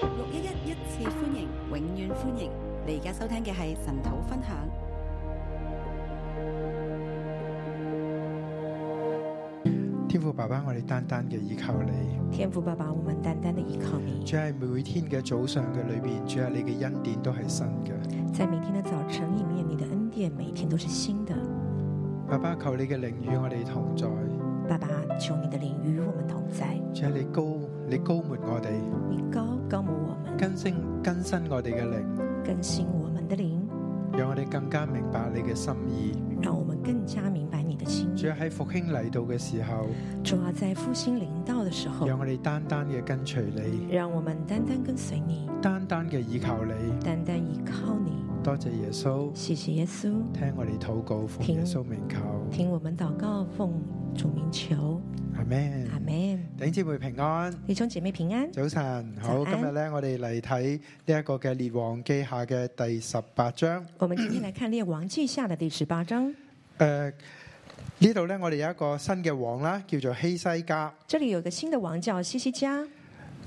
六一一一次歡迎，永遠歡迎！你而家收聽嘅係神土分享。天父爸爸，我哋單單嘅依靠你，天父爸爸，我们单单的依靠你，主喺每天嘅早上嘅裏邊，主啊，你嘅恩典都係新嘅。在每天的早晨里面，你的恩典每一天都是新的。爸爸，求你嘅靈與我哋同在，爸爸，求你的灵与我们同在，主啊，你高你高抹我哋，你高高牧我们，更新更新我哋嘅靈，更新我们的灵，讓我哋更加明白你嘅心意。让我们更加明白你的心意主。啊，喺復興嚟到嘅時候，主要在复兴临到的时候，讓我哋單單嘅跟隨你，让我们单单跟随你，單單嘅依靠你。单单依靠你。多謝耶穌，谢谢耶稣，聽我哋禱告，奉耶穌名求，听我们祷告，奉主名求，阿咩？阿门。頂姊妹平安。弟兄姐妹平安。早晨，好，早安今日咧，我哋嚟睇呢一個嘅列王記下嘅第十八章。我们今天来看《列王记下》的第十八章，诶、呃呢度咧，我哋有一個新嘅王啦，叫做希西家。这里有个新的王叫西西家。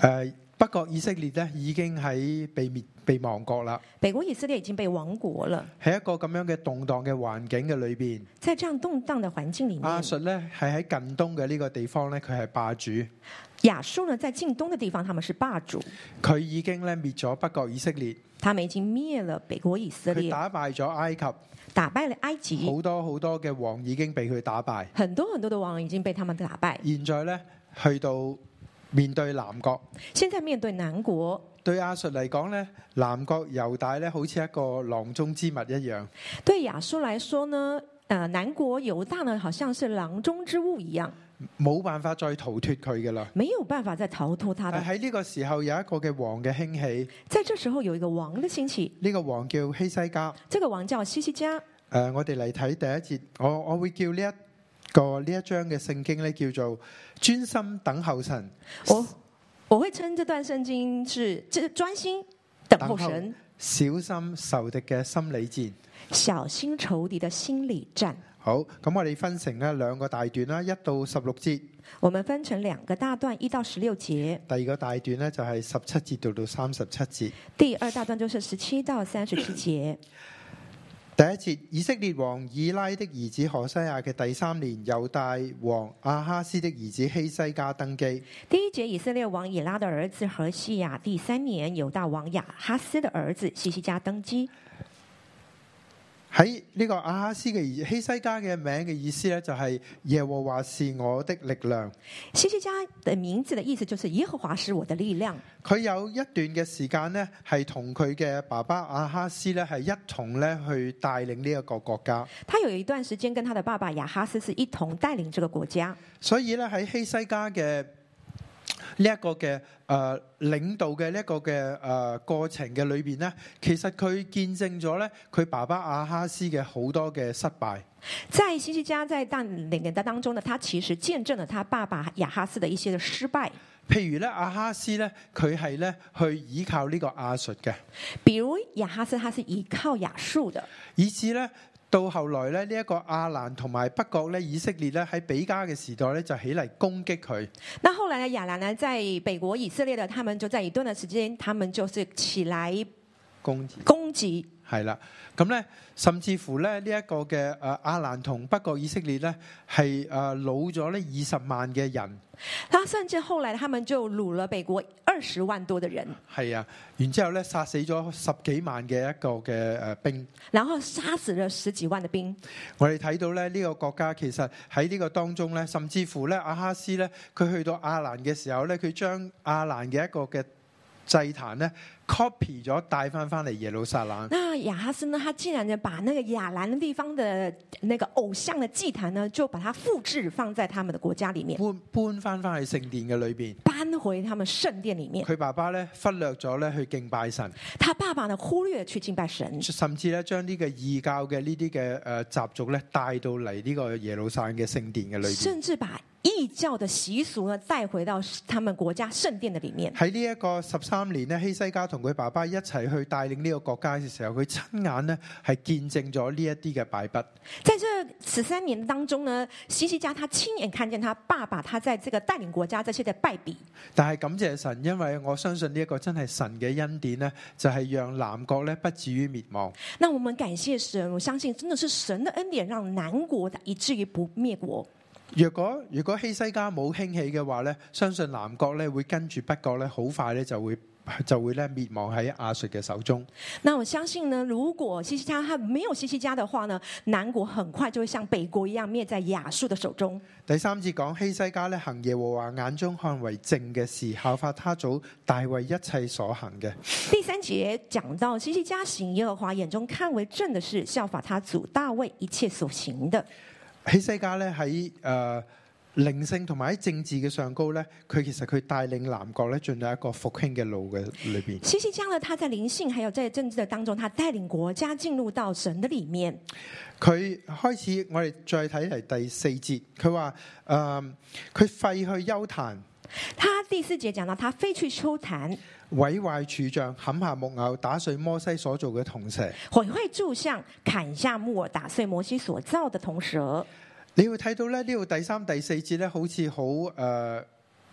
诶、北國以色列咧已經喺被滅被亡國啦，北国以色列已经被亡国了，喺一個咁樣嘅動盪嘅環境嘅裏边，在这样动荡的环境里面亞，述咧係喺近東嘅呢個地方咧，佢係霸主，亚述呢在近东的地方他们是霸主，佢已經咧滅咗北國以色列，他们已经灭了北国以色佢列，打敗咗埃及，打败了埃及，好多好多嘅王已經被佢打敗。很多很多的王已经被他们打败。現在咧去到面對南國。现在面对南国，對亞述嚟講咧，南國猶大咧好似一個囊中之物一樣，对亚述来说呢，呃，南国犹大呢好像是囊中之物一样，冇辦法再逃脱佢嘅啦。没有办法再逃脱他但的。喺呢個時候有一個嘅王嘅興起，在这时候有一个王的兴起，呢、個王叫希西家。这个王叫西西家。诶、我哋嚟睇第一節，我我會叫呢、一個呢一章嘅聖經咧叫做專心等候神，我我会称这段圣经是这专心等候神，小心仇敵嘅心理戰。小心仇敌的心理战。好，咁我哋分成咧兩個大段啦，一到十六節，我们分成两个大段，一到十六节。第二個大段咧就係十七節到到三十七節。第二大段就是十七到三十七节。第一節，以色列王以拉的兒子何西亞嘅第三年，猶大王亞哈斯的兒子希西家登基。第一节，以色列王以拉的儿子何西雅第三年，犹大王亚哈斯的儿子西西家登基。喺呢個亞哈斯嘅兒希西家嘅名嘅意思呢，就係耶和華是我的力量。西西家的名字的意思就是耶和华是我的力量。佢有一段嘅時間呢，係同佢嘅爸爸亞哈斯呢，係一同呢去帶領呢一個國家。他有一段时间跟他的爸爸亚哈斯是一同带领这个国家，所以呢，喺希西家嘅呢一個嘅誒領導嘅呢一個嘅誒過程嘅裏邊呢，其實佢見證咗呢，佢爸爸亞哈斯嘅好多嘅失敗，在西西家在带领的当中呢，他其实见证了他爸爸亚哈斯的一些的失败，譬如呢，亞哈斯呢，佢係呢去依靠呢個亞述嘅，比如亚哈斯他是依靠亚述的，以至呢。到後來咧，呢、一個亞蘭同埋北國咧，以色列咧喺比加嘅時代咧，就起嚟攻擊佢。那后来呢，亚兰呢，在北国以色列的，他们就在一段的时间，他们就是起来攻攻击。係啦，咁咧，甚至乎咧呢一個嘅诶亞蘭同北國以色列咧係诶老咗呢二十萬嘅人，他甚至后来他们就掳了北国二十万多的人，係啊，然之后咧殺死咗十幾萬嘅一個嘅诶兵。然后杀死了十几万的兵。我哋睇到咧呢個國家其實喺呢個當中咧，甚至乎咧阿哈斯咧佢去到亞蘭嘅時候咧，佢將亞蘭嘅一個嘅祭壇咧 copy 咗帶翻翻嚟耶路撒冷。那亚哈斯呢，他竟然呢把那个亚兰的地方的那个偶像的祭坛呢，就把它复制放在他们的国家里面，搬搬翻翻去聖殿嘅裏邊，搬回他们圣殿里面。佢爸爸咧忽略咗咧去敬拜神。他爸爸呢忽略去敬拜神，甚至咧將呢呃個異教嘅呢啲嘅誒習俗咧帶到嚟呢個耶路撒冷嘅聖殿嘅裏邊。甚至把异教的习俗呢带回到他们国家圣殿的里面。喺呢一個十三年呢，希西家同佢爸爸一齊去帶領呢個國家嘅時候，佢親眼呢係見證咗呢一啲嘅敗筆。在这十三年当中呢，西西家他亲眼看见他爸爸他在这个带领国家这些的败笔，但係感謝神，因為我相信呢一個真係神嘅恩典呢，就係讓南國呢不至於滅亡。那我们感谢神，我相信真的是神的恩典让南国以至于不灭国。若果如果希西家冇興起嘅話呢，相信南國呢會跟住北國呢好快呢就會就會咧滅亡喺亞述嘅手中。那我相信呢，如果西西家他没有西西家的话呢，南国很快就会像北国一样灭在亚述的手中。第三節講希西家呢行耶和華眼中看為正嘅事，效法他祖大衛一切所行嘅。第三节讲到西西家行耶和华眼中看为正的事，效法他祖大卫一切所行的。希西家咧喺诶灵性同埋喺政治嘅上高咧，佢其實佢帶領南國咧進入一個復興嘅路嘅裏边。西西家呢，他在灵性还有在政治的当中，他带领国家进入到神的里面。佢開始，我哋再睇嚟第四節，佢話诶，誒佢廢去幽坛，他第四节讲到他飞去秋坛，毀壞柱像，砍下木偶，打碎摩西所做嘅銅蛇。毁坏柱像，砍下木耳，打碎摩西所造的铜蛇。你會睇到咧呢度第三、第四節咧，好似好诶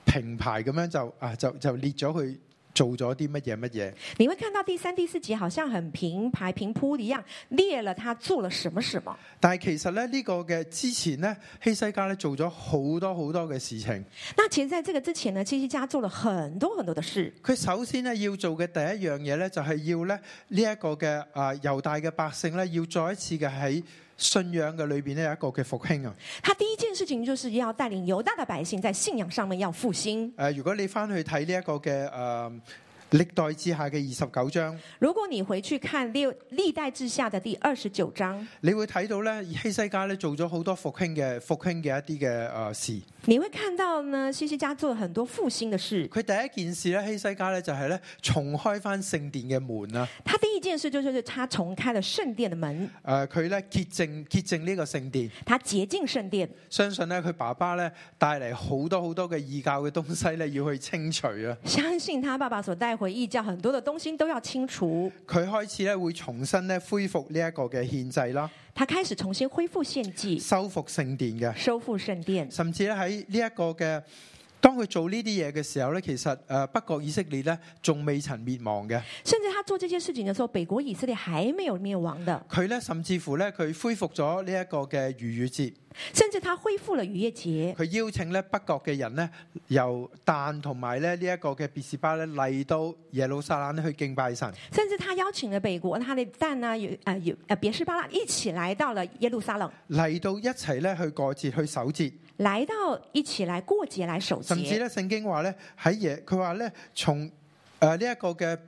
平排咁樣就啊就就列咗佢做咗啲乜嘢乜嘢。你会看到第三、第四节好像很平排平铺一样，列了他做了什么什么。但係其實咧呢、個嘅之前呢，希西家咧做咗好多好多嘅事情。那其实在这个之前呢，西西家做了很多很多的事。佢首先咧要做嘅第一樣嘢咧，就係要咧呢一個嘅啊猶大嘅百姓咧，要再一次嘅喺信仰嘅裏邊咧有一個嘅復興啊！他第一件事情就是要带领犹大的百姓在信仰上面要复兴。誒、呃如果你翻去睇呢一個嘅誒歷代志下嘅二十九章，如果你回去看六历代志下的第二十九章，你會睇到咧希西家咧做咗好多復興嘅復興嘅一啲嘅誒事。你会看到呢，西西家做了很多复兴的事。佢第一件事咧，希西家咧就係咧重開翻聖殿嘅門啊啦。他第一件事就是他重开了圣殿的门，誒呃佢咧潔淨潔淨呢個聖殿，他洁净圣殿。 相信咧佢爸爸咧帶嚟好多好多嘅異教嘅東西咧要去清除啊！相信他爸爸所带回异教很多的东西都要清除。佢開始咧會重新咧恢復呢一個嘅憲制啦，他开始重新恢复献祭，修復聖殿嘅，收复圣殿。甚至咧喺呢一個嘅。當佢做呢啲嘢嘅時候咧，其實誒北國以色列咧仲未曾滅亡嘅，甚至他做这些事情的时候，北国以色列还没有灭亡的，佢咧甚至乎咧佢恢復咗呢一個嘅逾越節，甚至他恢复了逾越节。佢邀請咧北國嘅人咧由但同埋咧呢一個嘅別士巴咧嚟到耶路撒冷去敬拜神，甚至他邀请了北国，他的蛋啊，有啊有呃别是巴拉一起来到了耶路撒冷，嚟到一齊咧去過節去守節。来到一起来过节来守甚至节。咧，聖經話咧喺耶，佢話咧從誒呢一個嘅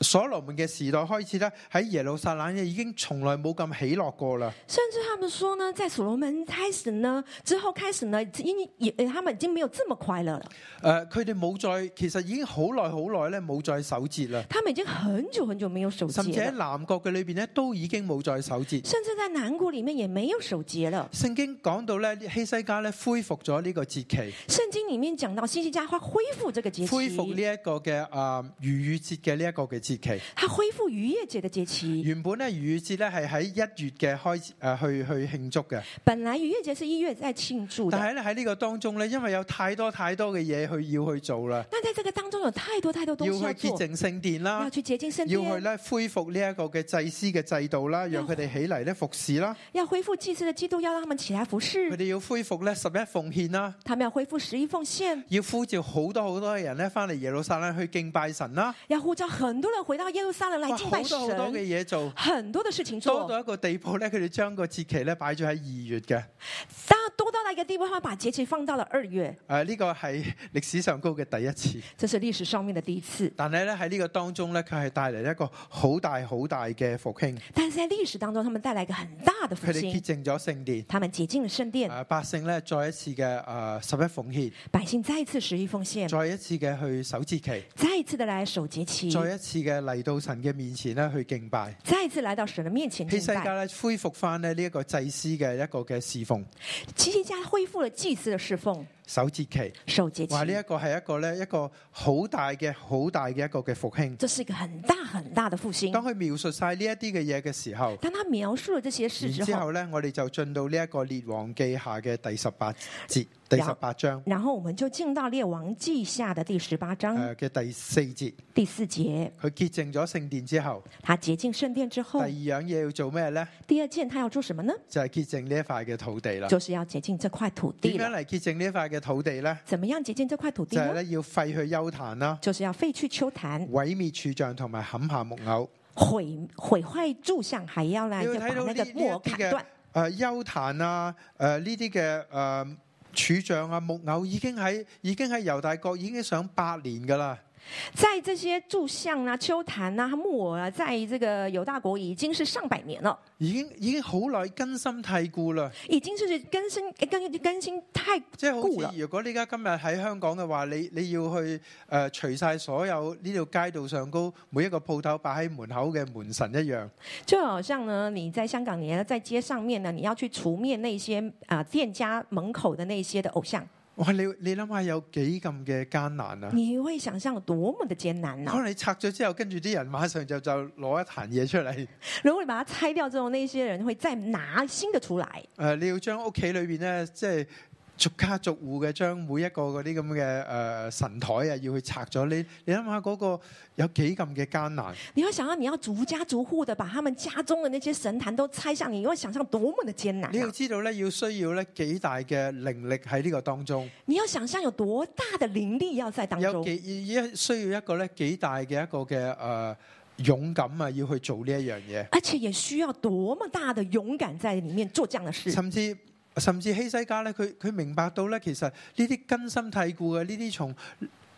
所羅門嘅時代開始咧，喺耶路撒冷已經從來冇咁喜樂過啦。甚至他们说呢，在所罗门开始呢之后开始呢，因也他们已经没有这么快乐了，誒、佢哋冇再，其實已經好耐好耐咧冇再守節啦。他们已经很久很久没有守甚至节喺了，南國嘅裏邊咧，都已經冇再守節。甚至在南国里面也没有守节了。聖經講到咧，希西家咧恢復咗呢個節期，圣经里面讲到西西家他恢复这个节恢復期，呢一個嘅啊逾越節嘅呢一個嘅節期。他恢复逾越节的节期。原本咧逾越節咧係喺一月嘅開始誒、啊去去慶祝嘅。本来逾越节是一月在庆祝的但，係咧喺呢個當中咧，因為有太多太多嘅嘢去要去做啦，但在这个当中有太多太多要东西要去潔做，淨聖殿啦要，去洁净圣要去殿，啊咧恢復呢一個嘅祭司嘅制度啦，要讓佢哋起嚟咧服侍啦，要恢复祭司的基督，要让他们起来服佢侍，哋要恢復咧十一奉獻啦，他们要恢复十一奉献，要呼召好多好多嘅人咧翻嚟耶路撒冷去敬拜神啦，要呼召很多人回到耶路撒冷来哇敬好拜多好多嘅神。嘢做。很多的事情多做，到一個地步咧，佢哋將個節期咧擺咗喺二月嘅，誒、到多到了一个地步，他们把节期放到了二月，呃呢、個係歷史上高嘅第一次。这是历史上面的第一次。但係咧喺呢個當中咧，佢係帶嚟一個好大好大嘅復興，但是在历史当中，他们带来一个很大的佢哋复潔兴，淨咗聖殿。他们洁净了圣殿，啊百姓咧再一次嘅诶十一奉獻，百姓再一次十一奉献，再一次嘅去守節期，再一次的来守节期，再一次嘅嘅嚟到神嘅面前咧去敬拜。再次来到神的面前希敬西拜。家咧恢復翻咧呢一個祭司嘅一個嘅侍奉七西家恢复了祭司的侍奉，守節期，守节期話，呢一個係一個咧一個好大嘅好大嘅一個嘅復興。这是一个很大很大的复兴。當佢描述晒呢一啲嘅嘢嘅時候，当他描述了这些事然之之后，後咧我哋就進到呢一個列王記下嘅第十八節、第十八章然后我们就进到列王记下的第十八章呃誒嘅第四節。第四节，佢潔淨咗聖殿之後，他洁净圣殿之第后二，樣嘢要做咩咧？第二件他要做什么呢？就係潔淨呢一塊嘅土地啦。就是要洁净这块土點地樣了。嚟潔淨呢一塊嘅土地咧？怎么样洁净这块土地就係呢？咧要廢去丘壇啦，就是要废去丘坛，毀滅柱像同埋冚下木偶。毁毁坏柱像，还要呢你要會把睇到那呢呢个木偶一啲砍断嘅。誒丘壇呃啊，誒呢啲嘅誒柱像啊、木偶已經喺已經喺猶大國已經上百年噶啦。在这些柱像啊、丘坛啊、木偶啊，在这个犹大国已经是上百年了，已經已經好耐根深蒂固啦，已经是更新更更新太即係固好啦似。如果你而家今日喺香港嘅話，你你要去誒除晒所有呢條街道上高每一個鋪頭擺喺門口嘅門神一樣，就好像呢，你在香港，你要在街上面呢，你要去除灭那些啊、店家门口的那些的偶像，哇！你你諗下有幾咁嘅艱難啊！啊你会想象有多么的艰难呢、啊可能你拆咗之後，跟住啲人馬上就就攞一壇嘢出嚟。 誒、如果你把它拆掉之后，那些人会再拿新的出来，呃你要將屋企裏邊咧，即係逐家逐戶嘅將每一個嗰啲咁嘅誒神台啊，要去拆咗。你你諗下嗰個有幾咁嘅艱難？你会想象你要逐家逐户的把他们家中的那些神坛都拆下，你会想象多么的艰难、你要啊。知道咧，要需要咧幾大嘅靈力喺呢個當中，你要想象有多大的灵力要在当有中，幾一需要一個咧幾大嘅一個嘅誒、呃勇敢啊，要去做呢一樣嘢。而且也需要多么大的勇敢在里面做这样的事。甚至甚至希西家咧，佢佢明白到咧，其實呢啲根深蒂固嘅呢啲從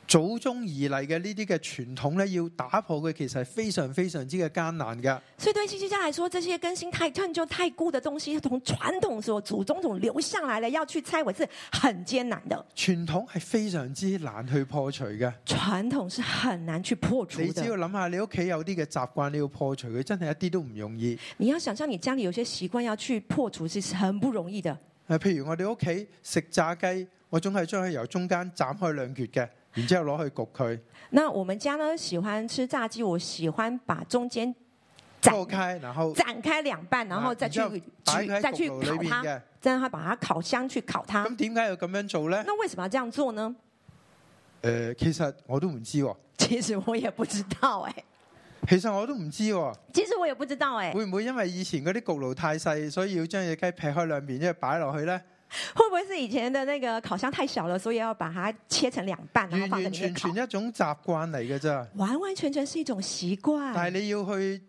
祖宗而嚟嘅呢啲嘅傳統咧，要打破佢，其實係非常非常之嘅艱難噶。所以对信息家来说，这些更新太探究太固的东西，从传统所祖宗所留下来的，要去拆毁是很艰难的。傳統係非常之難去破除嘅。传统是很难去破除你只要的。諗下，你屋企有啲嘅習慣，你要破除佢，真係一啲都唔容易。你要想象你家里有些习惯要去破除，是很不容易的。誒，譬如我哋屋企食炸雞，我總係將佢由中間斬開兩橛嘅，然之後攞去焗佢。那我们家呢，喜欢吃炸鸡，我喜欢把中间斩煲開，然後展开两半，然后再去然之后摆去喺再去焗炉烤里边它，嘅。再让它把它烤香去烤它咁。點解要咁樣做咧？那为什么要这样做呢？诶、其實我都唔知、喎， 其实我也不知道哎、其實我都唔知、喎，其实我也不知道哎、會唔會因為以前嗰啲焗爐太細，所以要將只雞劈開兩邊，因為擺落去咧，会不会是以前的那个烤箱太小了，所以要把它切成两半，然后完放在完里面全烤全？一種習慣嚟嘅咋。完完全全是一种习但惯，係你要去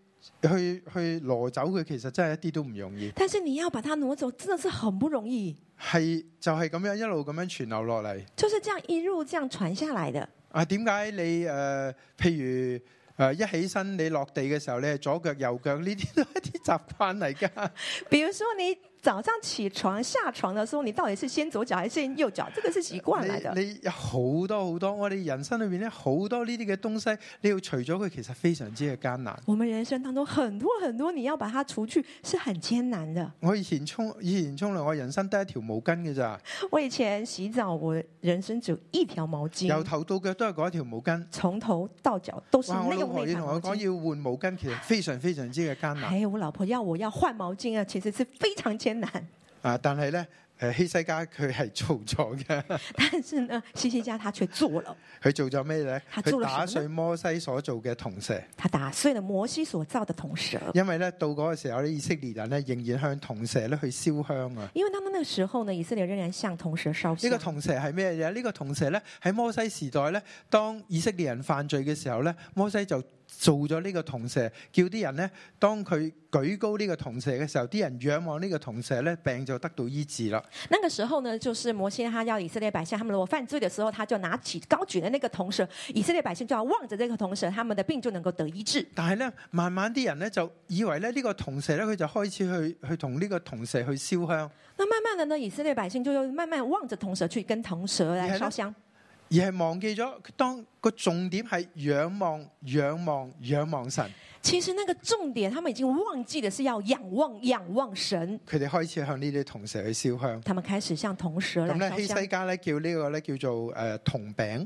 去去挪走佢，其實真係一啲都唔容易，但是你要把它挪走，真的是很不容易。係就係咁樣一路咁樣傳流落嚟。就是這樣一路這樣传下來的。啊，點解你诶、呃譬如诶、呃一起身你落地嘅時候，你係左腳右腳，呢啲都係一啲習慣嚟 㗎。比如说，你早上起床下床的时候，你到底是先左脚还是先右脚？这个是习惯来的。你你有好多好多，我哋人生裏边咧好多呢啲嘅東西，你要除咗佢，其實非常之嘅艱難。我们人生当中很多很多，你要把它除去是很艰难的。我以前沖以前沖涼，我人生得一條毛巾嘅咋，我以前洗澡，我人生只有一條毛由巾，頭到腳都係嗰一條毛巾。从头到脚都是哇！我那老用婆那要條同毛我講巾。要換毛巾，其實非常非常之嘅艱難哎，我老婆要我要换毛巾啊，其实是非常艰难。啊！但係咧，诶希西家佢係做咗嘅，但是呢， 西西家他却做了，佢做咗咩咧？他做佢了打什麼碎摩西所做嘅銅蛇，他打碎了摩西所造的铜蛇。因為咧到嗰個時候咧，以色列人咧仍然向銅蛇咧去燒香啊！因为他们那个时候呢，以色列仍然向铜蛇烧呢香。個銅蛇係咩嘢？呢、個銅蛇咧喺摩西時代咧，當以色列人犯罪嘅時候咧，摩西就做咗呢個銅蛇，叫啲人咧，當佢舉高呢個銅蛇嘅時候，啲人仰望呢個銅蛇咧，病就得到醫治啦。那个时候呢，就是摩西他要以色列百姓，他们如果犯罪的时候，他就拿起高举的那个铜蛇，以色列百姓就要望着这个铜蛇，他们的病就能够得医治。但係咧，慢慢啲人咧就以為咧呢個銅蛇咧，佢就開始去去同呢個銅蛇去燒香，那慢慢的呢，以色列百姓就又慢慢望着铜蛇去跟铜蛇你来看烧到香，而係忘記咗當佢個重點係仰望、仰望、仰望神。其实那个重点，他们已经忘记的是要仰望仰望神。佢哋開始向呢啲銅蛇去燒香。他们开始向铜蛇咁咧，来烧希香西。家咧叫呢個咧叫做诶銅餅，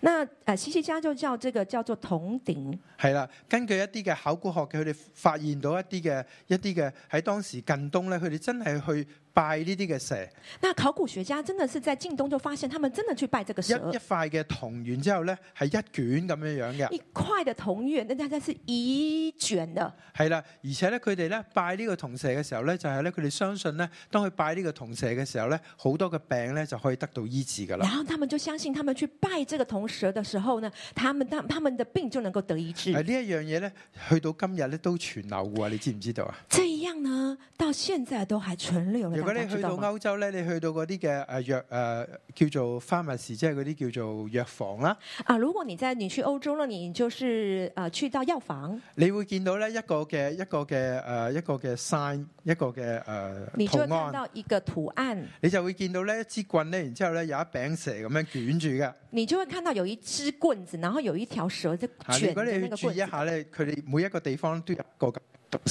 那呃，西西家就叫这个叫做铜鼎。係啦。根據一啲嘅考古學嘅，佢哋發現到一啲嘅一啲嘅喺當時近東咧，佢哋真係去拜呢啲嘅蛇，那考古学家真的是在近东就发现，他们真的去拜这个蛇一一，塊嘅銅完之後咧係一卷咁樣樣嘅，一块的铜钺，那大家是一卷的。係啦。而且咧佢哋咧拜呢個銅蛇嘅時候咧，就係咧佢哋相信咧，當佢拜呢個銅蛇嘅時候咧，好多嘅病咧就可以得到醫治噶然啦。后他们就相信，他们去拜这个铜蛇的时候呢，他们他他们的病就能够得医治係。呢一樣嘢咧，去到今日咧都存留嘅喎，你知唔知道啊？这样呢，到现在都还存留了。如果大你家去知到道吗？歐洲咧，你去到嗰啲嘅誒藥誒、呃叫做 pharmacy，即係嗰啲叫做藥房啦，啊，如果你在你去欧洲了，你就是呃去到药房，你會見到咧一個嘅一個嘅誒、呃一個嘅 sign，一個嘅誒、呃你就圖会看案，到一个圖案，你就會見到咧一支棍咧，然之後咧有一餅蛇咁樣捲住嘅。你就会看到有一支棍子，然后有一条蛇在啊如卷果着你那去个注棍意一子。下咧，佢哋每一個地方都有一個咁嘅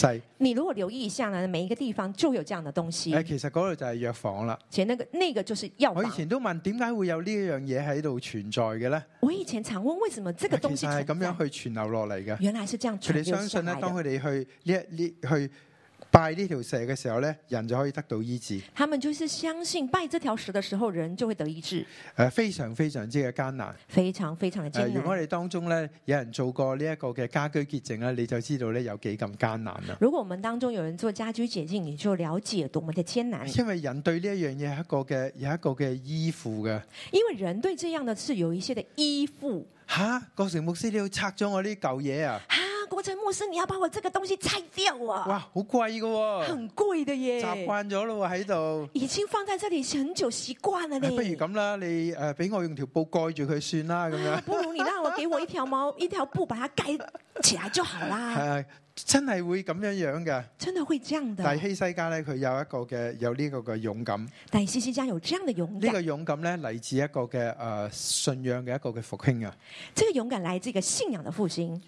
東西。你如果留意一下呢，每一个地方就有这样的东西。誒，其實嗰度就係藥房啦。且那个那个就是药哎我房以。前都問點解會有呢一樣嘢喺度存在嘅咧？我以前常问为什么这哎其个东西實係存咁在，樣去傳流落嚟嘅。原来是这样佢存哋留相下信咧，来當的。佢哋去呢一呢去拜呢條蛇嘅時候咧，人就可以得到醫治。他们就是相信拜这条蛇的时候，人就会得医治，诶、呃非常非常之嘅艱難。非常非常的诶、艰哎如果难。你當中咧有人做過呢一個嘅家居潔淨咧，你就知道咧有幾咁啊艱難啦。如果我们当中有人做家居解禁，你就了解多么的艰难，因為人對呢一樣嘢係一個嘅有一個嘅依附嘅。因为人对这样的事有一些的依附。吓，郭成牧師你要拆咗我呢嚿嘢啊！啊，国成牧师，你要把我这个东西拆掉哇，啊！好貴嘅喎，很贵的耶，習慣咗咯喎喺度。呃已经放在这里很久，习惯了哎不呢。如咁啦，你诶俾、我用條布蓋住佢算啦，咁 樣。啊不如你让我给我一条毛一条布把它盖起来就 好啦。係呃真係會咁樣樣嘅。真的会这样但係的。希西家咧，佢有一個嘅有呢個嘅勇敢，呢、但西西家有这样的勇個敢，勇敢咧嚟自一個嘅诶、呃信仰嘅一個嘅復興啊。这个勇敢来自一个信仰的复兴。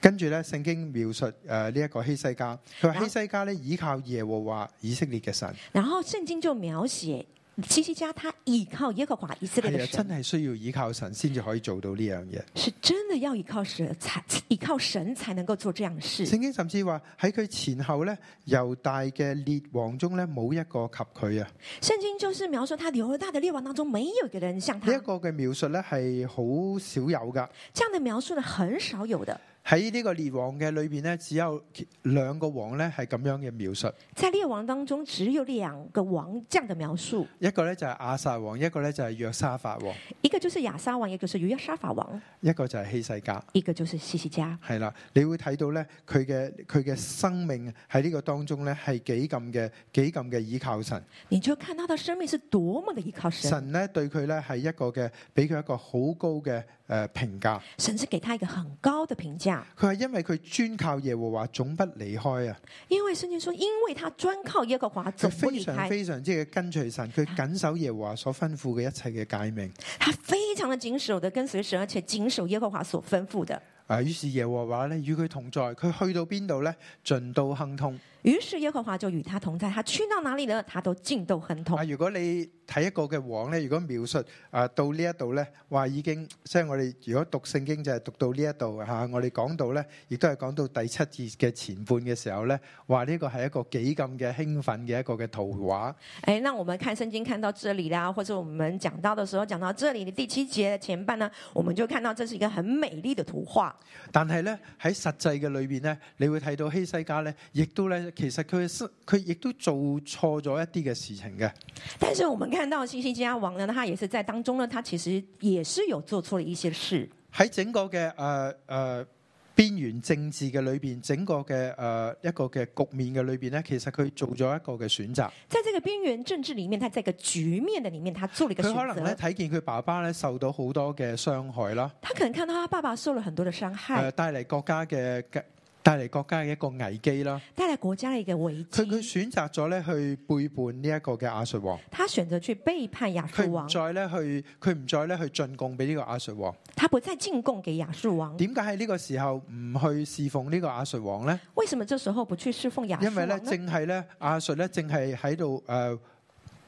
跟住咧，聖經描述呃诶呢一個希西家，佢話希西家咧倚靠耶和華以色列嘅神，然后圣经就描写西西家他倚靠耶和华以色列係的啊，真神，係需要倚靠神先至可以做到呢樣嘢。是真的要依靠神才依靠神才能够做这样的事。聖經甚至話喺佢前後咧，猶大嘅列王中咧冇一個及佢啊！圣经就是描述他犹大的列王当中没有一个人像他呢一個嘅描述咧係好少有噶。这样的描述呢，很少有的。喺呢個列王嘅裏边咧，只有兩個王咧係咁樣嘅描述。在列王当中，只有两个王这样的描述，一個咧就係亞撒王，一個咧就係約沙法王，一个就是亚沙王，一个就是约沙法王，一個就係希西家。一个就是西西家。係啦，你會睇到咧，佢嘅佢嘅生命喺呢個當中咧，係幾咁嘅幾咁嘅倚靠神。你就看他的生命是多么的依靠神，神咧對佢咧係一個嘅，俾佢一個好高嘅诶评价。神是给他一个很高的评价，佢係因為佢專靠耶和華，總不離開啊！因为圣经说，因为他专靠耶和华，佢总不非离常开。非常之嘅跟隨神，佢緊守耶和華所吩咐嘅一切嘅誡命。他非常的谨守的跟随神，而且谨守耶和华所吩咐的。啊，於是耶和華咧與佢同在，佢去到邊度咧，盡到亨通。于是耶和华就与他同在，他去到哪里呢？他都尽都亨通啊！。如果你睇一個嘅王咧，如果描述啊到呢一度咧，話已經即係我哋如果讀聖經就係讀到呢一度嚇，我哋講到咧，亦都係講到第七節嘅前半嘅時候咧，話呢個係一個幾咁嘅興奮嘅一個嘅圖畫。哎，那我们看圣经看到这里啦，或者我们讲到的时候讲到这里的第七节的前半呢，我们就看到这是一个很美丽的图画。但係咧喺實際嘅裏邊咧，你會睇到希西家咧，亦都咧其實佢嘅生佢亦都做錯咗一啲嘅事情嘅。但是我们看到西西家王呢，他也是在当中呢，他其实也是有做错了一些事。喺整個嘅誒誒邊緣政治嘅裏邊，整個嘅誒、呃一個嘅局面嘅裏邊咧，其實佢做咗一個嘅選擇。在这个边缘政治里面，他在一个局面的里面，他做了一个佢选可能咧择。睇見佢爸爸咧受到好多嘅傷害啦，呃他可能看到他爸爸受了很多的伤誒、害，帶嚟國家嘅嘅帶嚟國家嘅一個危機啦。带来国家的一个危佢佢机。選擇咗咧去背叛呢一個嘅亞述王，他选择去背叛亚佢述唔王，再咧去佢唔再咧去進貢俾呢個亞述王。他不再进贡给亚述王。點解喺呢個時候唔去侍奉呢個亞述王呢？为什么这时候不去侍奉亚述因為王咧呢？正係咧亞述咧正係喺度诶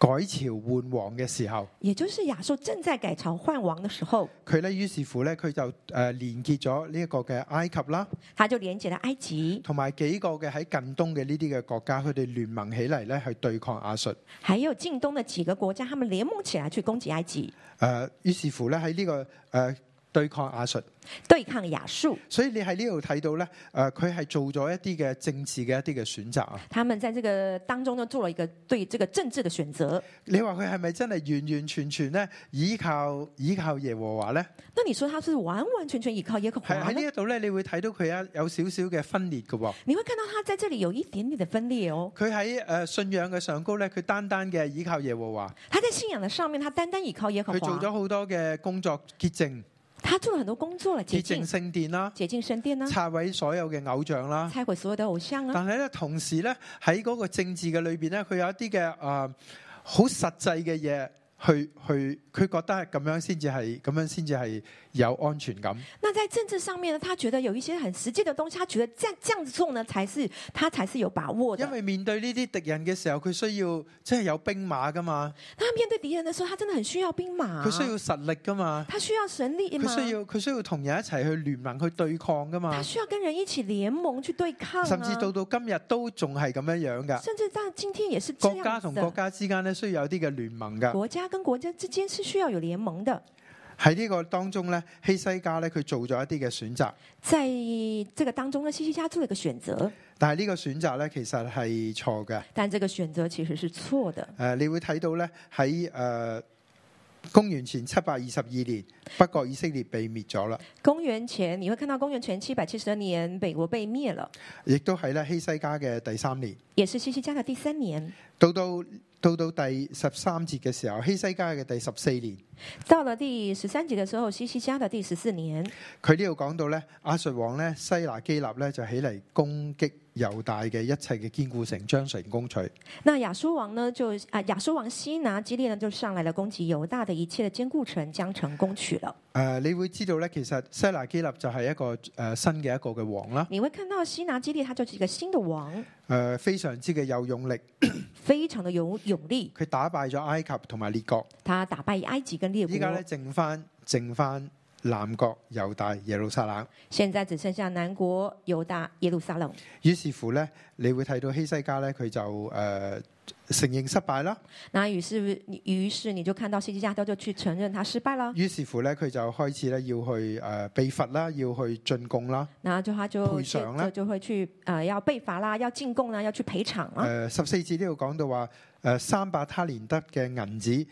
改朝換王嘅時候，也就是亚述正在改朝换王的时候，佢咧於是乎咧佢就诶连结咗呢一个嘅埃及啦，他就连接了埃及，同埋幾個嘅喺近東嘅呢啲嘅國家，佢哋聯盟起嚟咧去對抗亞述。还有近东的几个国家，他们联盟起来去攻击埃及，诶、於呃是乎咧喺呢個诶、呃對抗亞述，对抗亚述。所以你喺呢度睇到咧，诶佢係做咗一啲嘅政治嘅一啲嘅選擇啊！他们在这个当中呢，做了一个对这个政治的选择。你話佢係咪真係完完全全咧依靠依靠耶和華咧？那你说他是完完全全依靠耶和华係喺呢呢？一度咧，你會睇到佢啊有少少嘅分裂嘅喎。你会看到他在这里有一点点的分裂哦。佢喺诶信仰嘅上高咧，佢單單嘅依靠耶和華，他在信仰的上面，他单单依靠耶和佢做华，咗好多嘅工作潔淨、他做了很多工作了，洁潔淨净、聖殿啦，洁净圣殿呢，拆毀所有嘅偶像啦。嗯拆毁所有的偶像啊。但係咧，同時咧喺嗰個政治嘅裏边咧，佢有一啲嘅诶好實際嘅嘢，去去佢覺得係咁樣先至係咁樣先至係有安全感。那在政治上面呢，他觉得有一些很实际的东西，他觉得这样这样子做呢，才是他才是有把握的因。為面對呢啲敵人嘅時候，佢需要即係有兵馬噶嘛，他面对敌人的时候，他真的很需要兵马，佢需要實力噶嘛，他需要神力嘛，佢需要佢需要同人一齊去聯盟去對抗噶嘛他，需要跟人一起联盟去对抗、啊，甚至到到今日都仲係咁樣樣噶。甚至到今天也是这國家样子同國的。家之間咧，需要有啲嘅聯盟噶。国家跟国家之间是需要有联盟的，喺呢個當中咧，希西家咧佢做咗一啲嘅選擇。在这个当中呢，西西家做了一个选择，但系呢個選擇咧，其實係錯嘅。但这个選擇其實是錯的。诶、你會睇到咧喺诶公元前七百二十二年，北國以色列被滅咗啦，公元前你会看到公元前七百七十年，北国被灭了，亦都係咧希西家嘅第三年。也是西西家的第三年。到到到到第十三節嘅時候，希西家嘅第十四年，到了第十三集的时候，西西家的第十四年，佢呢度講到咧，亞述王咧西拿基立咧就起嚟攻擊猶大嘅一切嘅堅固城，將城攻取。那亚述王呢就啊亚述王西拿基列呢就上来了，攻击犹大的一切的坚固城，将城攻取了。诶、你會知道咧，其實西拿基立就係一個诶、呃新嘅一個嘅王啦，你会看到西拿基列他就是一个新的王，诶、非常之嘅有勇力，非常的有勇力，佢打敗咗埃及同埋列國。他打败埃及跟列依家咧国，剩翻剩翻南國猶大耶路撒冷，现在只剩下南国犹大耶路撒冷。於是乎咧，你會睇到希西家咧，佢就誒、呃承認失敗啦。那于是你于是你就看到西西家他就去承认他失败了，於是乎咧，佢就開始咧要去誒、呃被罰啦，要去進貢啦。然后就他就赔接偿啦着就会去呃要被罚啦，要进贡啦，要去赔偿誒啊。呃十四節呢度講到話誒三百他連德嘅銀子，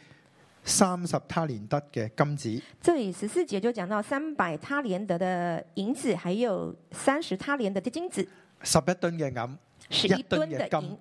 三十他連德嘅金子。这里十四节就讲到三百他连德的银子，还有三十他连德的金子，十一噸嘅銀，呢是一一吨吨的的银，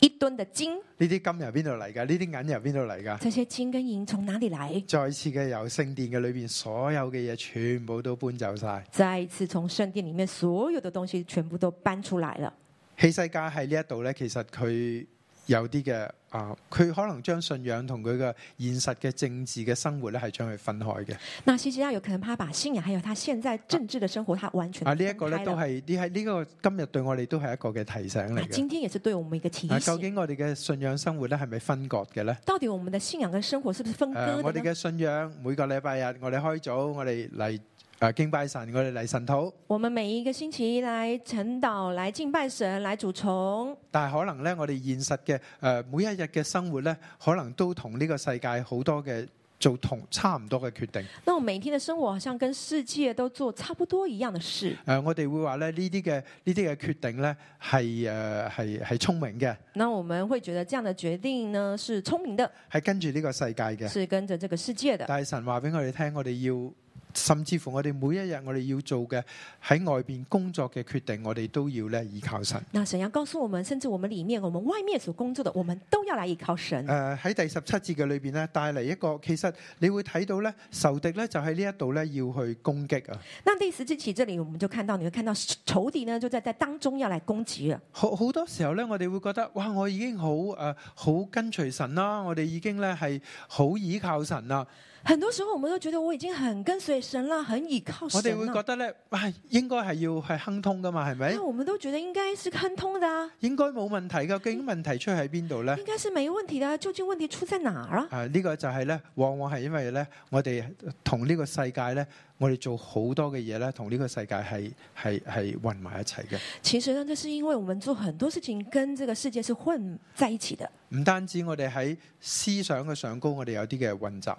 一吨的金。啲金由邊度嚟㗎？呢啲銀由邊度嚟㗎？这些金跟银从哪里来？再次嘅由聖殿嘅裏邊所有嘅嘢全部都搬走晒。再一次从圣殿里面所有的东西全部都搬出来了。希西家喺呢一度咧，其實佢有啲嘅啊，佢可能將信仰同佢嘅現實嘅政治嘅生活咧，係將佢分開嘅。那西西亚有可能他把信仰还有他现在政治的生活，他完全啊，呢一個分咧开都了。係呢喺呢個今日對我哋都係一個嘅提醒嚟那嘅。今天也是对我们一个提啊，究醒。竟我哋嘅信仰生活咧係咪分割嘅咧？到底我们的信仰跟生活是不是分誒、割啊我的哋呢？嘅信仰每個禮拜日我哋開組，我哋嚟誒敬拜神，我哋嚟神討。我们每一个星期来晨祷、来敬拜神、来主崇，但係可能咧，我哋現實嘅誒、呃每一日嘅生活咧，可能都同呢個世界好多嘅做同差唔多嘅決定。那我每天的生活好像跟世界都做差不多一样的事。诶、呃我哋會話咧呢啲嘅呢啲嘅決定咧係诶系系聪明嘅，那我们会觉得这样的决定呢是聪明的，係跟住呢個世界嘅。是跟着这个世界的。但係神話俾我哋聽，我哋要甚至乎我哋每一日我哋要做嘅喺外邊工作嘅決定，我哋都要咧依靠神。那神要告诉我们，甚至我们里面、我们外面所工作的，我们都要来依靠神。誒喺第十七節嘅裏邊咧，帶嚟一個其實你會睇到咧，仇敵咧就喺呢一度咧要去攻擊啊，那第十字起这里，我们就看到，你会看到仇敌呢，就在在当中要来攻击了。好好多時候咧，我哋會覺得哇，我已經好誒好跟隨神啦，我哋已經咧係好倚靠神啦，很多时候，我们都觉得我已经很跟随神了，很倚靠我哋神會覺了。得咧，哇，應該係要係亨通噶嘛，係咪那？我们都觉得应该是亨通的啊，應該冇問題噶，究竟問題出喺邊度咧？应该是没问题的啊。究竟问题出在哪儿啊？啊，呢、個就係咧，往往係因為咧，我哋同呢個世界咧，我哋做好多嘅嘢咧，同呢個世界係係係混埋一齊嘅。其实呢，这是因为我们做很多事情跟这个世界是混在一起的，唔單止我哋喺思想嘅上高，我哋有啲嘅混雜，啊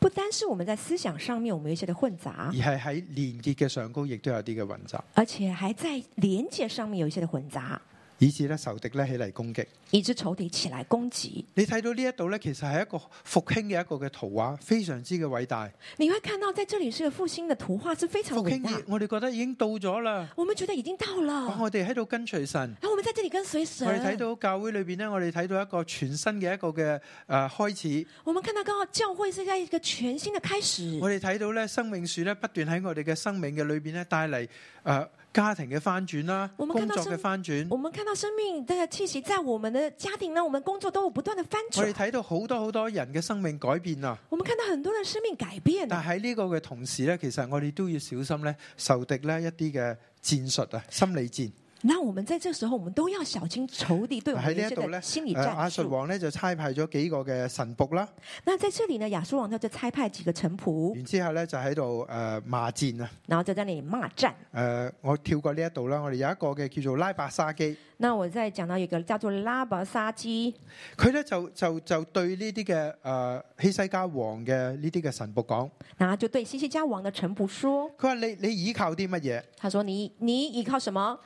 不单是我们在思想上面我们有一些的混杂而，係喺連結嘅上高，亦都有啲嘅混雜，而且还在连接上面有一些的混杂，以至咧仇敵咧起嚟攻擊。以致仇敌起来攻击。你睇到呢一度咧，其實係一個復興嘅一個嘅圖畫，非常之嘅偉大。你会看到在这里是个复兴的图画，是非常復伟興大啊已。我哋覺得已經到咗啦，我们觉得已经到了，哇我哋喺度跟隨神。然后我们在这里跟随神我，哋睇到教會裏边咧，我哋睇到一個全新嘅一個嘅诶、呃、开始。我们看到刚好教会是在一个全新的开始我。哋睇到咧，生命樹咧不斷喺我哋嘅生命嘅裏边咧帶嚟诶家庭嘅翻轉啦，我工們看到作嘅生翻轉。我们看到生命的气息在我们的家庭呢，我们工作都有不断的翻我哋转。睇到好多好多人嘅生命改變啊！我们看到很多人生命改变了但喺呢個嘅同時咧，其實我哋都要小心咧，受敵咧一啲嘅戰術啊，心理戰。那我们在这时候，我们都要小心仇敌对我们喺的呢一一些度咧，的心理誒战呃亞术。述王咧就差派咗幾個嘅神仆啦，那在这里呢，亚述王他就差派几个臣仆，然之後咧就喺度誒罵戰啊！然后在那里骂战。誒、我跳過呢一度啦，我哋有一個嘅叫做拉伯沙基，那我再讲到一个叫做拉伯沙基，佢咧就就就對呢啲嘅誒希西家王嘅呢啲嘅神仆講，然后就对西西家王的臣仆说佢話你你依靠啲乜嘢？：“他说你你依靠什么？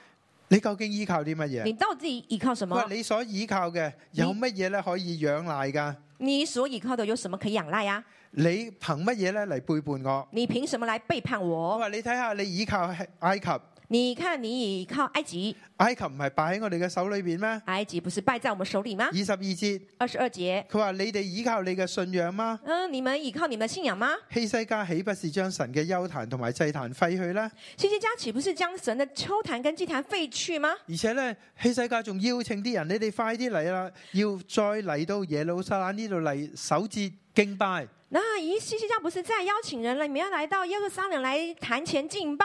你究竟依靠啲乜嘢你？到底依靠什佢么話？你所依靠嘅有乜嘢咧可以仰賴㗎？你所依靠的有什么可以仰赖啊呀、你憑乜嘢咧嚟背叛我？你凭什么来背叛我我？話你睇下，你依靠埃及，你看你依靠埃及，埃及唔係擺喺我哋嘅手裏边咩？埃及不是败在我们手里吗二？十二節，二十二节，佢話你哋依靠你嘅信仰嗎？嗯，你们依靠你们的信仰吗？希西家岂不是將神嘅丘壇同埋祭壇廢去呢？西西家岂不是将神的秋坛跟祭坛废去吗？而且呢，希西家仲邀請啲人，你哋快啲嚟啦，要再嚟到耶路撒冷呢度嚟守節敬拜。那咦，西西家不是在邀请人了？你们要来到耶路撒冷来坛前敬拜，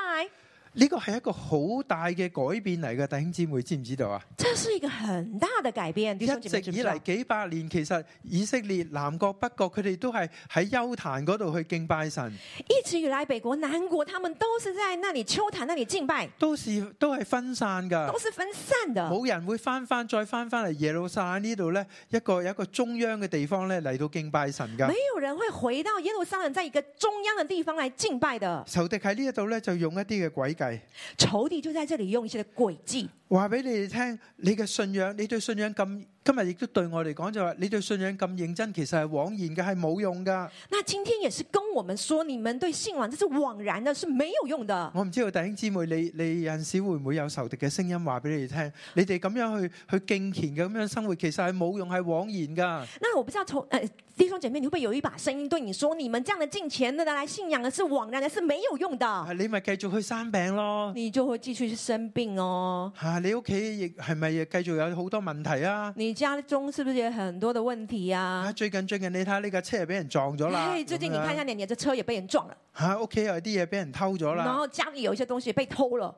呢個係一個好大嘅改變嚟嘅，弟兄姊妹知唔知道啊？这是一个很大的改变。弟一兄姐直妹知不以知道嚟幾百年，其實以色列南國北國佢哋都係喺丘壇嗰度去敬拜神。一直以来，北国、南国他们都是在那里秋坛那里敬拜，都是都係分散噶都，是分散的，冇人會翻翻再翻翻嚟耶路撒冷呢度咧，一個有一個中央嘅地方咧嚟到敬拜神噶没。有人会回到耶路撒冷，在一个中央的地方来敬拜的。仇敵喺呢一度咧就用一啲嘅詭計，仇敌就在这里用一些的诡计，話俾你哋聽，你嘅信仰，你對信仰咁，今日亦都對我哋講就話，你對信仰咁認真，其實係枉然嘅，係冇用噶。那今天也是跟我们说，你们对信仰这是枉然的，是没有用的。我唔知道弟兄姊妹，你你有阵时会唔會有仇敵嘅聲音話俾你哋聽，你哋咁樣去去敬虔嘅咁樣生活，其實係冇用，係枉然噶。那我不知道从呃弟兄姐妹，你会不会有一把声音对你说，你们这样的敬虔的来信仰的是枉然的，是没有用的，啊你咪繼續去生病咯。你就会继续去生病哦。吓、你屋企亦係咪繼續有好多問題啊？你家中是不是也很多的问题啊，呀、最近最近你睇下呢架車又俾人撞咗啦，哎，最近你看一下咁樣你你的车也被人撞了，吓屋企又有啲嘢俾人偷咗然啦，后家里有一些东西被偷了，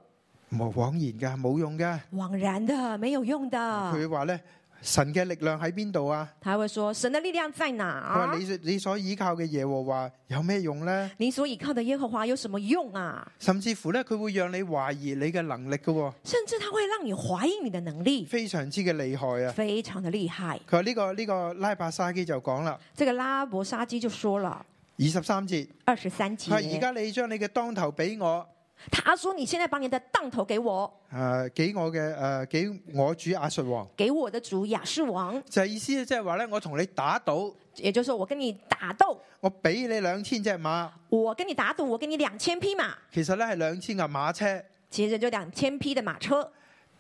冇枉然噶，冇用噶。枉然的，没有用的。佢話咧，神嘅力量喺邊度啊？他会说，神的力量在佢話哪？你你所依靠嘅耶和華有咩用呢？你所倚靠的耶和华有什么用啊？甚至乎咧，佢會讓你懷疑你嘅能力嘅喎，甚至他会让你怀疑你的能力，非常之嘅厲害啊！非常的厉害。佢話呢個呢、個拉伯沙基就講啦，这个拉伯沙基就说了二十三節，二十三佢話而节。家你將你嘅當頭俾我，他说：“你现在把你的当头给我，诶俾啊我嘅诶俾我主亞述王，给我的主亚述王，就係意思即係話咧，我同你打賭，也就是说我跟你打斗，我俾你兩千隻馬，我跟你打赌，我给你两千匹马，其實咧係兩千架馬車。其实就两千匹的马车，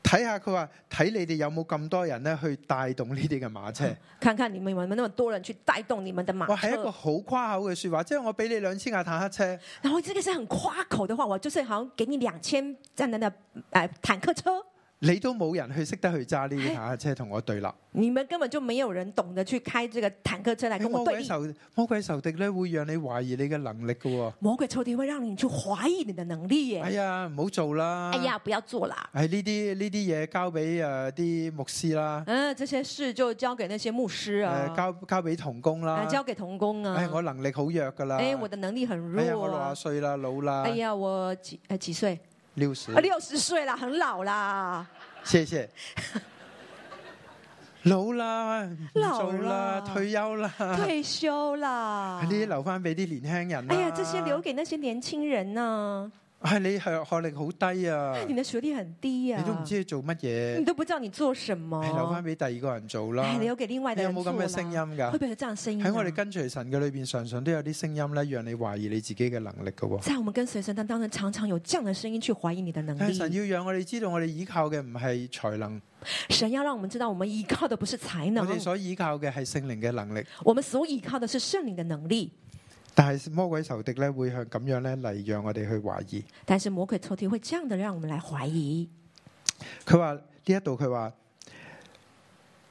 睇下佢話睇你哋有冇咁多人咧去帶動呢啲嘅馬車。看看你们有没有那么多人去带动你们的马哇，係一個车。好誇口嘅说話，即係我俾你兩千架坦克車，然后这个是很夸口的话，我就是好像给你两千这样的那呃坦克车，你都冇人去識得去揸呢啲坦克車同我對立。你们根本就没有人懂得去开这个坦克车来你跟魔我对鬼立。仇魔鬼仇敵咧，會讓你懷疑你嘅能力嘅喎。魔鬼仇敌会让你去怀疑你的能力耶。哎呀，唔好做啦！哎呀，不要做啦。係呢啲呢啲嘢交俾诶啲牧師啦，嗯，这些事就交给那些牧师诶、啊，交交俾童工啦啊。交给童工啊。哎，我能力好弱噶啦。哎我的能力很哎呀，弱我六啊啊。嗯歲啦，老啦哎，呀，我几呃几岁？六十啊，，六十岁啦，很老啦。謝謝。 老啦，唔做老啦啦，退休啦，呢退休啦。啲留翻俾啲年輕人啦。哎呀，这些留给那些年轻人呢、唉，你學學歷好低 啊，你的学历很低呀、你都唔知佢哎做乜你嘢，都不知道你做什么。係留翻俾第二個人做啦。哎，留给另外的你有人冇做咁啦嘅聲音㗎会？不会有这样的声音啊、喺我哋跟隨神嘅裏边，常常都有啲聲音咧，讓你懷疑你自己嘅能力嘅喎。在我们跟随神当当中，常常有这样的声音去怀疑你的能但力。係哎神要讓我哋知道，我哋依靠嘅唔係才能，神要让我们知道，我们依靠的不是才能我，哋所依靠嘅係聖靈嘅能力。我们所依靠的是圣灵的能力。但係魔鬼仇敵咧，會向咁樣咧嚟讓我哋去懷疑。但是魔鬼抽屉会这样的让我们来怀疑，佢話呢一度佢話，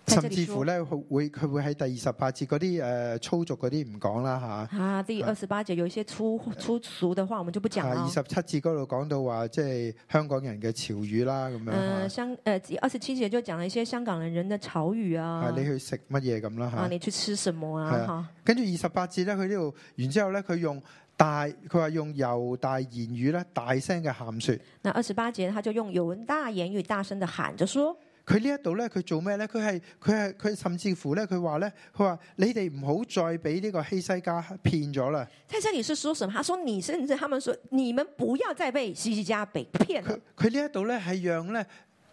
在這裡甚至乎咧會佢會喺第二十八節嗰啲诶粗俗嗰啲唔講啦吓。啊，第二十八节有一些粗粗俗的话，我们就不讲啊，二了十。七節嗰度講到話，即係香港人嘅潮語啦，咁樣嗯、嚇香呃，二十七节就讲了一些香港人的潮语啊啊，，你去食乜嘢咁啦啊，嚇。你去吃什么係啊啊？哈，跟住二十八節咧，佢呢度完之後咧，佢用大，佢話用猶大言語咧，大聲嘅喊説。那二十八节他就用有人大言语大声的喊着说，佢呢一度咧，佢做咩咧？佢係佢係佢甚至乎咧，佢話咧，佢話你哋唔好再俾呢個希西家騙咗啦。在这里是说什么？他说你甚至他们说你们不要再被西西家被骗了佢。佢呢一度咧係讓咧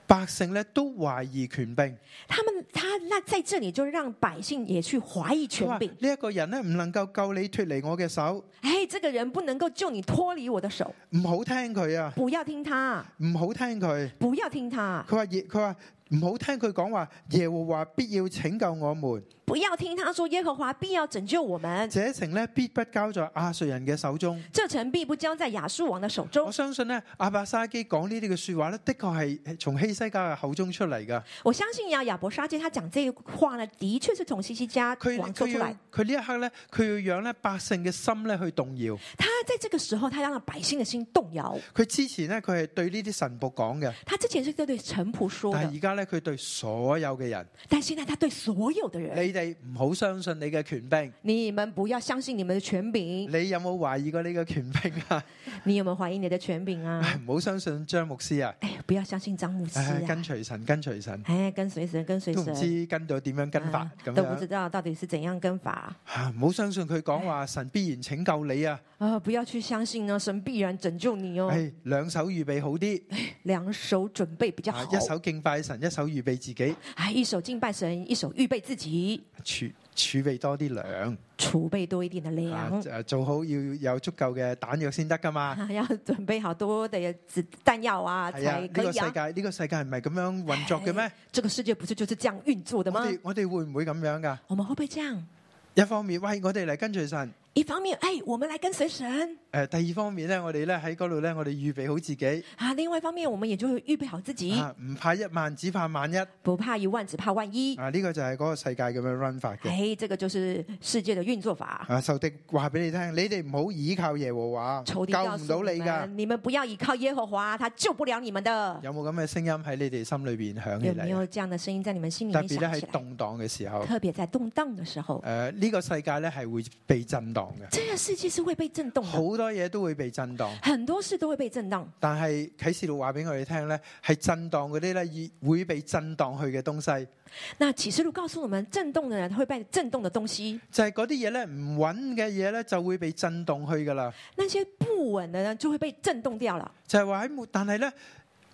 百姓咧都懷疑權柄。他们他那在这里就让百姓也去怀疑佢权話柄呢。一個人咧唔能夠救你脱離我嘅手，哎，这个人不能够救你脱离我的手，唔好聽佢啊，不要听他，唔好聽佢。不要听他，佢話耶，佢話唔好聽佢講話，耶和華必要拯救我們。不要听他说耶和华必要拯救我们，這城咧必不交在亞述人嘅手中。这城必不交在亚述王的手中我。相信咧，阿伯沙基講呢啲嘅说話咧，的確係從希西家嘅口中出嚟噶。我相信啊呀，亚伯沙街他讲这话呢，的确是从西西家佢王佢说出要来。佢呢一刻咧，佢要讓咧百姓嘅心咧去動搖。他在这个时候，他让百姓的心动摇。佢之前咧，佢係對呢啲神仆講嘅，他之前是对对臣仆说但係的，而家咧，佢對所有嘅人，但现在他对所有的人，你哋唔好相信你嘅權柄。你们不要相信你们的权柄。你有冇懷疑過呢個權柄啊？你有没有怀疑你的权柄啊？唉 唔好相信張牧師啊！哎，不要相信张牧师唉啊！哎跟隨神，跟隨神，哎，跟随神，跟随都神唔，知跟到點樣跟法啊咁都不知樣。道到底是怎样跟法啊唔好相信佢講話，神必然拯救你啊！啊！不要去相信哦，神必然拯救你哦，唉，兩哎手預備好啲。两手准备比较啊好，一手敬拜神，一手預備自己，哎，一手敬拜神，一手预备自己，儲儲備多啲糧，储备多一点的啊粮，誒做好要有足夠嘅彈藥先得噶嘛。啊要 准备好多的子弹药啊，係啊，才呢可個以世啊。界呢個世界係咪咁樣運作嘅咩？这个世界不是就是这样运作的我吗？哋我哋會唔會咁樣噶？我们会不会这样？一方面，喂，我哋嚟跟隨神；一方面，哎，我们来跟随神诶，第二方面咧，我哋咧喺嗰度咧，我哋預備好自己，啊；另外一方面，我们也就会预备好自己，啊，唔怕一萬，只怕萬一。啊，不怕一万，只怕万一。呢個就係嗰個世界咁樣 run 法嘅。哎，这个就是世界的运作法。啊，仇敵話俾你聽，你哋唔好倚靠耶和華，救仇敌告唔诉到你你噶。们，你们不要依靠耶和华，他救不了你们的。 有冇咁嘅聲音喺你哋心裏边響起有没嚟啊有？这样的声音在你们心里特面別响咧喺起来？動盪嘅時候。 呃特别在动荡的时候，诶，呢、個世界咧係會被震盪盪嘅，这个世界是会被震动好的，多嘢都會被震盪。很多事都会被震荡。但係啟示錄話俾我哋聽咧，係震盪嗰啲咧，以會被震盪去嘅東西，那启示录告诉我们，震动的人会被震动的东西，就係嗰啲嘢咧唔穩嘅嘢咧，就會被震動去噶啦。那些不稳的呢就会被震动掉了。就係話喺末，但係咧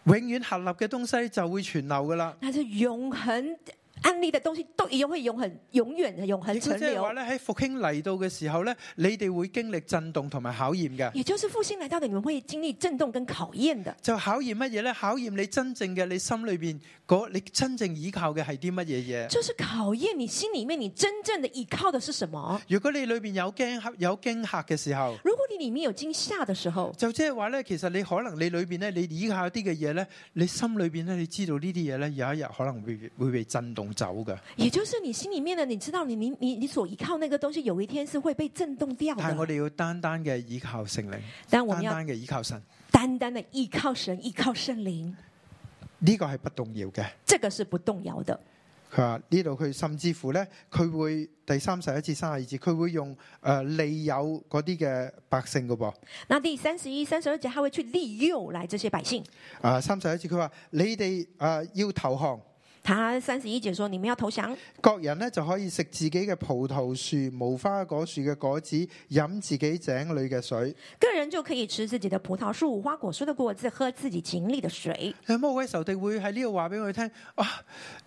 永遠屹立嘅東西就會存留噶啦。但是永恒安利的东西都一定会永恒、永远的永恒亦都存即係留話。咧喺復興嚟到嘅時候咧，你哋會經歷震動同埋考驗嘅。也就是复兴来到的，你们会经历震动跟考验的。就考驗乜嘢咧？考驗你真正嘅你心裏边嗰你真正依靠嘅係啲乜嘢嘢？就是考验你心里面你真正的依靠的是什么。如果你裏边有驚吓有惊吓嘅時候，如果你里面有惊吓的时候，就即係話咧，其實你可能你裏边咧，你依靠一啲嘅嘢咧，你心裏边咧，你知道呢啲嘢咧，有一日可能會会被震動走嘅。也就是你心里面的，你知道你你你你所依靠那个东西，有一天是会被震动掉但係我的。哋要單單嘅依靠聖靈，但我單们要單嘅依靠神，单单的依靠神，依靠圣灵，呢、個係不動搖嘅。这个是不动摇的。佢話呢度佢甚至乎咧，佢會第三十一至三十二節，佢會用诶、呃利有嗰啲嘅百姓嘅噃。那第三十一、三十二节，他会去利诱来这些百姓。啊，三十一節佢話：你哋啊要投降，他三十一节说：“你们要投降，各人呢就可以食自己嘅葡萄樹、無花果樹嘅果子，飲自己井裏嘅水。个人就可以吃自己的葡萄树、花果树的果子，喝自己井里的水。有魔鬼仇敵會喺呢度話俾我哋聽：啊，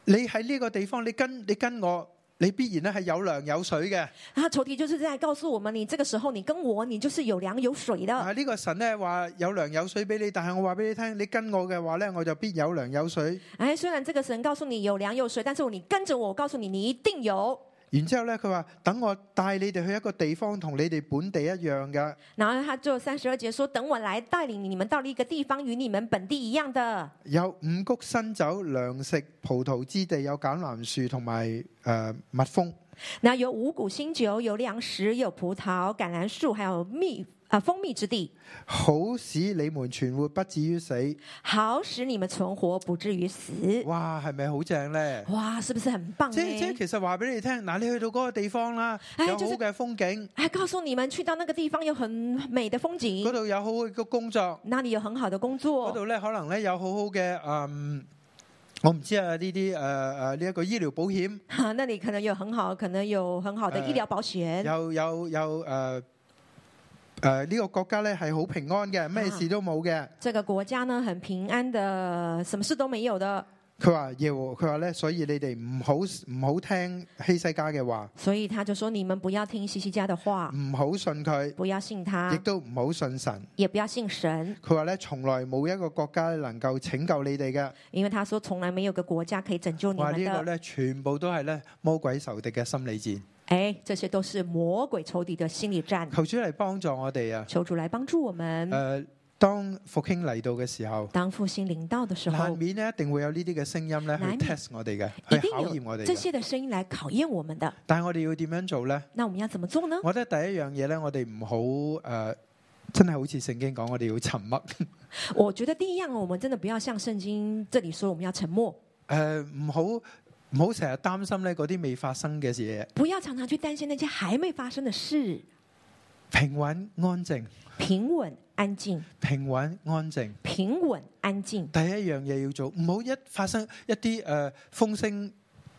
你喺呢個地方，你跟你跟我，你必然咧係有糧有水嘅。”然后仇敌就是在告诉我们：你这个时候，你跟我，你就是有粮有水的。啊，呢個神呢話有糧有水俾你，但係我話俾你聽，你跟我嘅話呢，我就必有糧有水。哎，虽然这个神告诉你有粮有水，但是你跟着我，我告诉你，你一定有。然之后咧，佢話等我帶你哋去一個地方，同你哋本地一樣嘅。然后他就三十二节说：“等我来带领你们到了一个地方，与你们本地一样的，有五谷新酒、糧食、葡萄之地，有橄欖樹同埋诶蜜蜂。那有五谷新酒，有粮食，有葡萄、橄榄树，还有蜜啊、蜂蜜之地，好使你們存活不至於死。好使你们存活，不至于死。哇，係咪好正呢？哇，是不是很棒即係即係呢？其實話俾你聽，嗱，你去到嗰個地方啦，唉有好就是嘅風景，哎，告诉你们，去到那个地方有很美的风嗰景，度有好好嘅工作，那里有很好的工嗰作，度咧可能咧有好好嘅嗯。我唔知啊，呢啲誒誒呢一個醫療保險， 哈、那里可能有很好，可能有很好的呃医疗保险，有有有誒誒呢個國家咧係好平安嘅，咩啊事都冇嘅。这个国家呢很平安的，什么事都没有的。佢話耶和佢話咧，所以你哋唔好唔好聽希西家嘅話，所以他就说：你们不要听西西家的话，唔好信佢，不要信亦他，都唔好信神。也不要信神，佢話咧，從來冇一個國家能夠拯救你哋嘅。因为他说从来没有个国家可以拯救你話们呢個的。咧，全部都係咧魔鬼仇敵嘅心理戰。哎，这些都是魔鬼仇敌的心理战。求主嚟幫助我哋啊！求主来帮助我誒、们。當復興嚟到嘅時候，当复兴临到的时難候，免咧一定會有呢啲嘅聲音咧去難免 test 我哋嘅，一去定考驗我有哋这嘅。些的声音来考验我们的。但係我哋要點樣做咧？那我们要怎么做呢？我覺得第一樣嘢咧，我哋唔好誒，呃真係好似聖經講，我哋要沉默。我觉得第一样，我们真的不要像圣经这里说，我们要沉默，诶，唔好唔好成日擔心咧嗰啲未發生嘅嘢，不要常常去担心那些还没发生的事，平穩安靜，平稳安静，平穩安靜。平稳安静。第一樣嘢要做，唔好一發生一啲诶风聲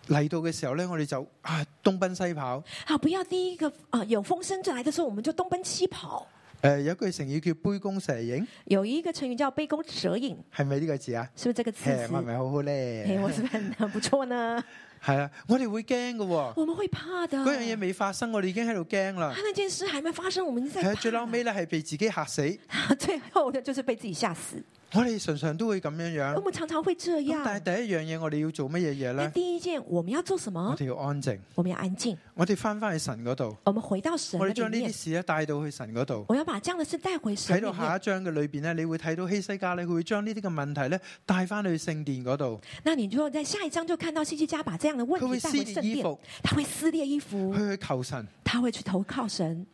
嚟到嘅時候咧，我哋就啊東奔西跑。好，不要第一个啊、呃有风声就来的时候，我们就东奔西跑。诶、有一句成語叫杯弓蛇影，有一个成语叫杯弓蛇影，係咪呢個字啊？是不是这个词诶，我係词？咪好好哎，我咧？是不是很很不错呢？係啊，我哋會驚嘅喎，我们会怕 的。嗰樣嘢未發生，我哋已經喺度驚啦他。那件事还没发生，我们已经係在啊，最怕嬲了尾咧係被自己嚇死。啊最后的就是被自己吓死。我哋常常都會咁樣樣。我们常常会这咁样。但係第一樣嘢，我哋要做乜嘢嘢那咧？第一件我们要做什我么？哋要安靜。我们要安静，我哋翻翻去神嗰度，我们回到神我哋的將呢里啲面。事咧带到去神嗰度，我要把这样的事带回神睇里到下面。一章嘅裏边咧，你會睇到希西家咧，佢會將呢啲嘅問題咧帶翻去聖殿嗰度，那你就在下一章就看到西西家把这样的问佢會题带回撕圣裂衣殿，哦服，他会撕裂衣服，佢去求神。他会去投靠神。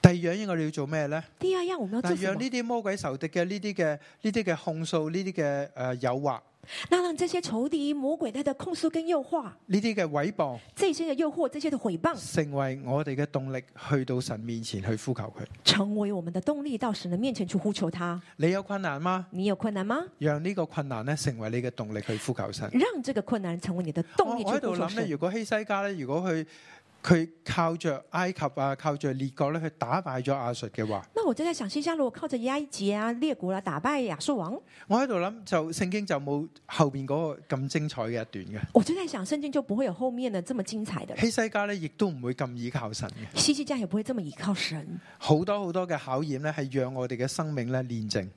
第二樣嘢我哋要做咩咧？第二样我们要做嗱，什让么？呢啲魔鬼仇敵嘅呢啲嘅呢啲嘅控訴、呢啲嘅诶诱惑，那让这些仇敌、魔鬼他的控诉跟诱惑，呢啲嘅毀謗这些的诱惑、这些的毁谤，成為我哋嘅動力，去到神面前去呼求佢。成为我们的动力，到神的面前去呼求他。你有困難嗎？你有困难吗？讓呢個困難咧成為你嘅動力去呼求神。让这个困难成为你的我动哦力我喺去度呼求諗咧，神。如果希西家咧，如果佢佢靠着埃及啊，靠着列國咧，去打敗咗亞述嘅話，那我就在想，西夏如果靠着埃及啊、列国啊打败亚述王，我喺度諗就聖經就冇後边嗰個咁精彩嘅一段我就在想，圣经就不会有后面的这么精彩的嘅。了。希西家咧，亦都唔會咁倚靠神嘅。西西家也不会这么倚靠神，好多好多嘅考驗咧，係讓我哋嘅生命咧練淨，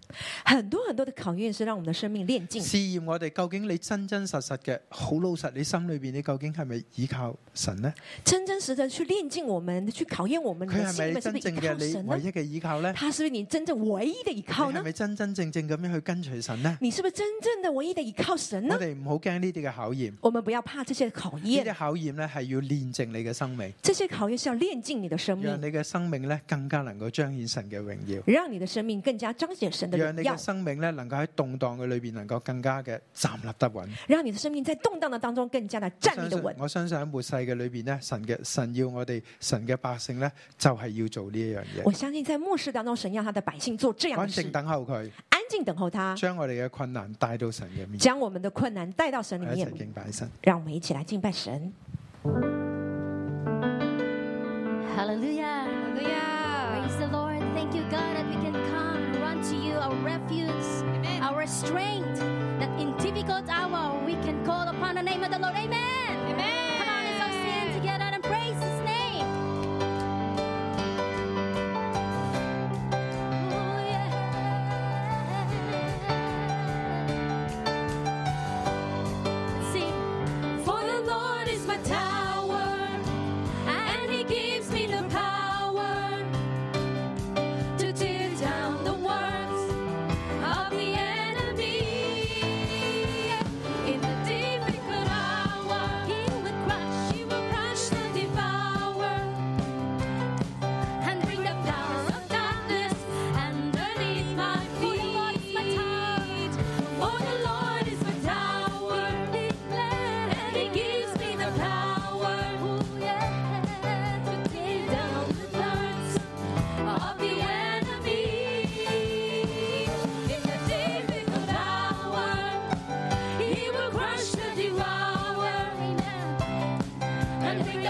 很多很多的考验是让我们的生命炼净，試驗我哋究竟你真真實實嘅好老實，你心裏边你究竟係咪倚靠神呢？真真实实去炼净我们，去考验我们你佢的係心咪们是真不是正倚嘅靠你神唯呢？一嘅依靠呢？他是不是你真正唯一的依你靠係呢？咪真真正正咁樣去跟隨神呢？你是不是真正的唯一的依靠神呢我？哋唔好驚呢啲嘅考驗，呢我们不要怕这些考啲验，考驗咧係要練淨你嘅生命，这些考验是要炼净你的生讓命，你嘅生命咧更加能夠彰顯神嘅榮耀，让你的生命更加彰显神的讓荣你耀嘅，生命咧能夠喺動盪嘅裏边能夠更加嘅站立得穩。让你的生命在动荡的当中更加的站立的稳。我相信喺末世嘅裏边咧，神嘅神要我哋神嘅百姓咧，就係要做呢一樣我嘢，相信在末世当中，神要他的百姓做这样安的事靜，等候佢，安静等候他，將我哋嘅困難帶到神嘅面前，将我们的困难带到神里一齊面。敬拜神。让我们一起来敬拜神。 Hallelujah. Praise the Lord. Thank you, God, that we can come and run to you, our refuge, our strength. That in difficult hour we can call upon the name of the Lord. Amen. Amen. Come on, let's all sing together and praise His name. Oh, yeah. Let's sing. For the Lord is my tower and he gives me the power to tear down the works of the enemy in the difficult hour. Oh,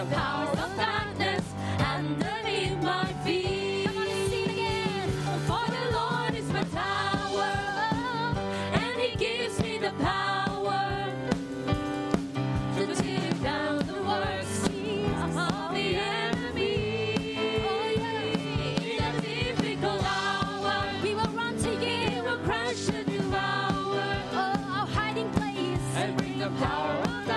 Oh, Oh,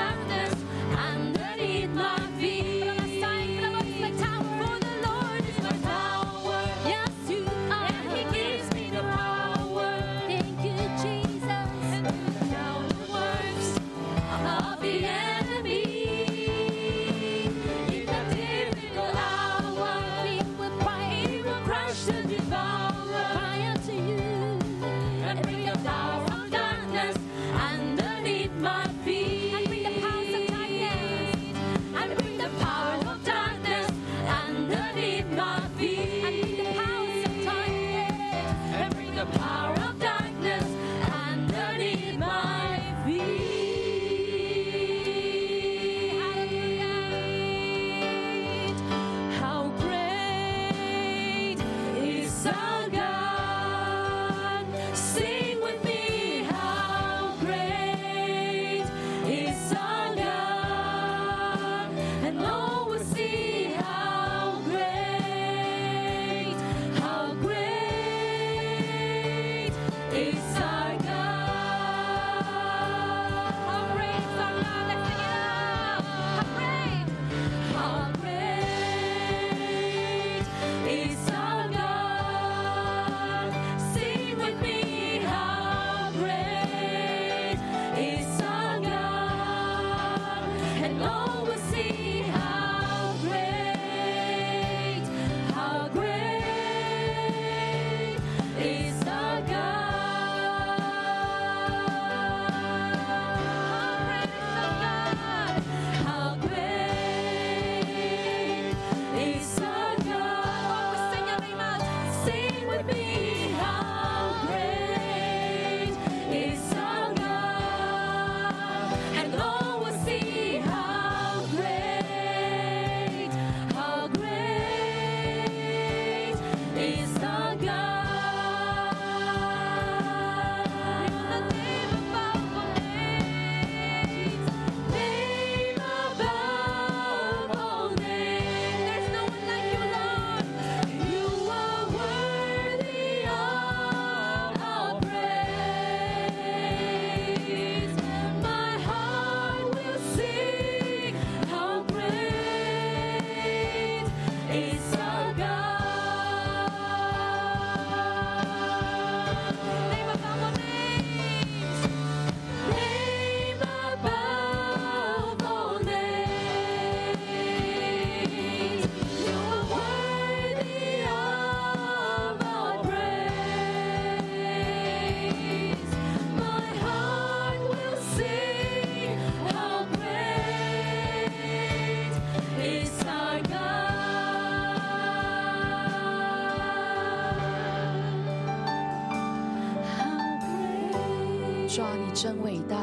主啊，你真伟大！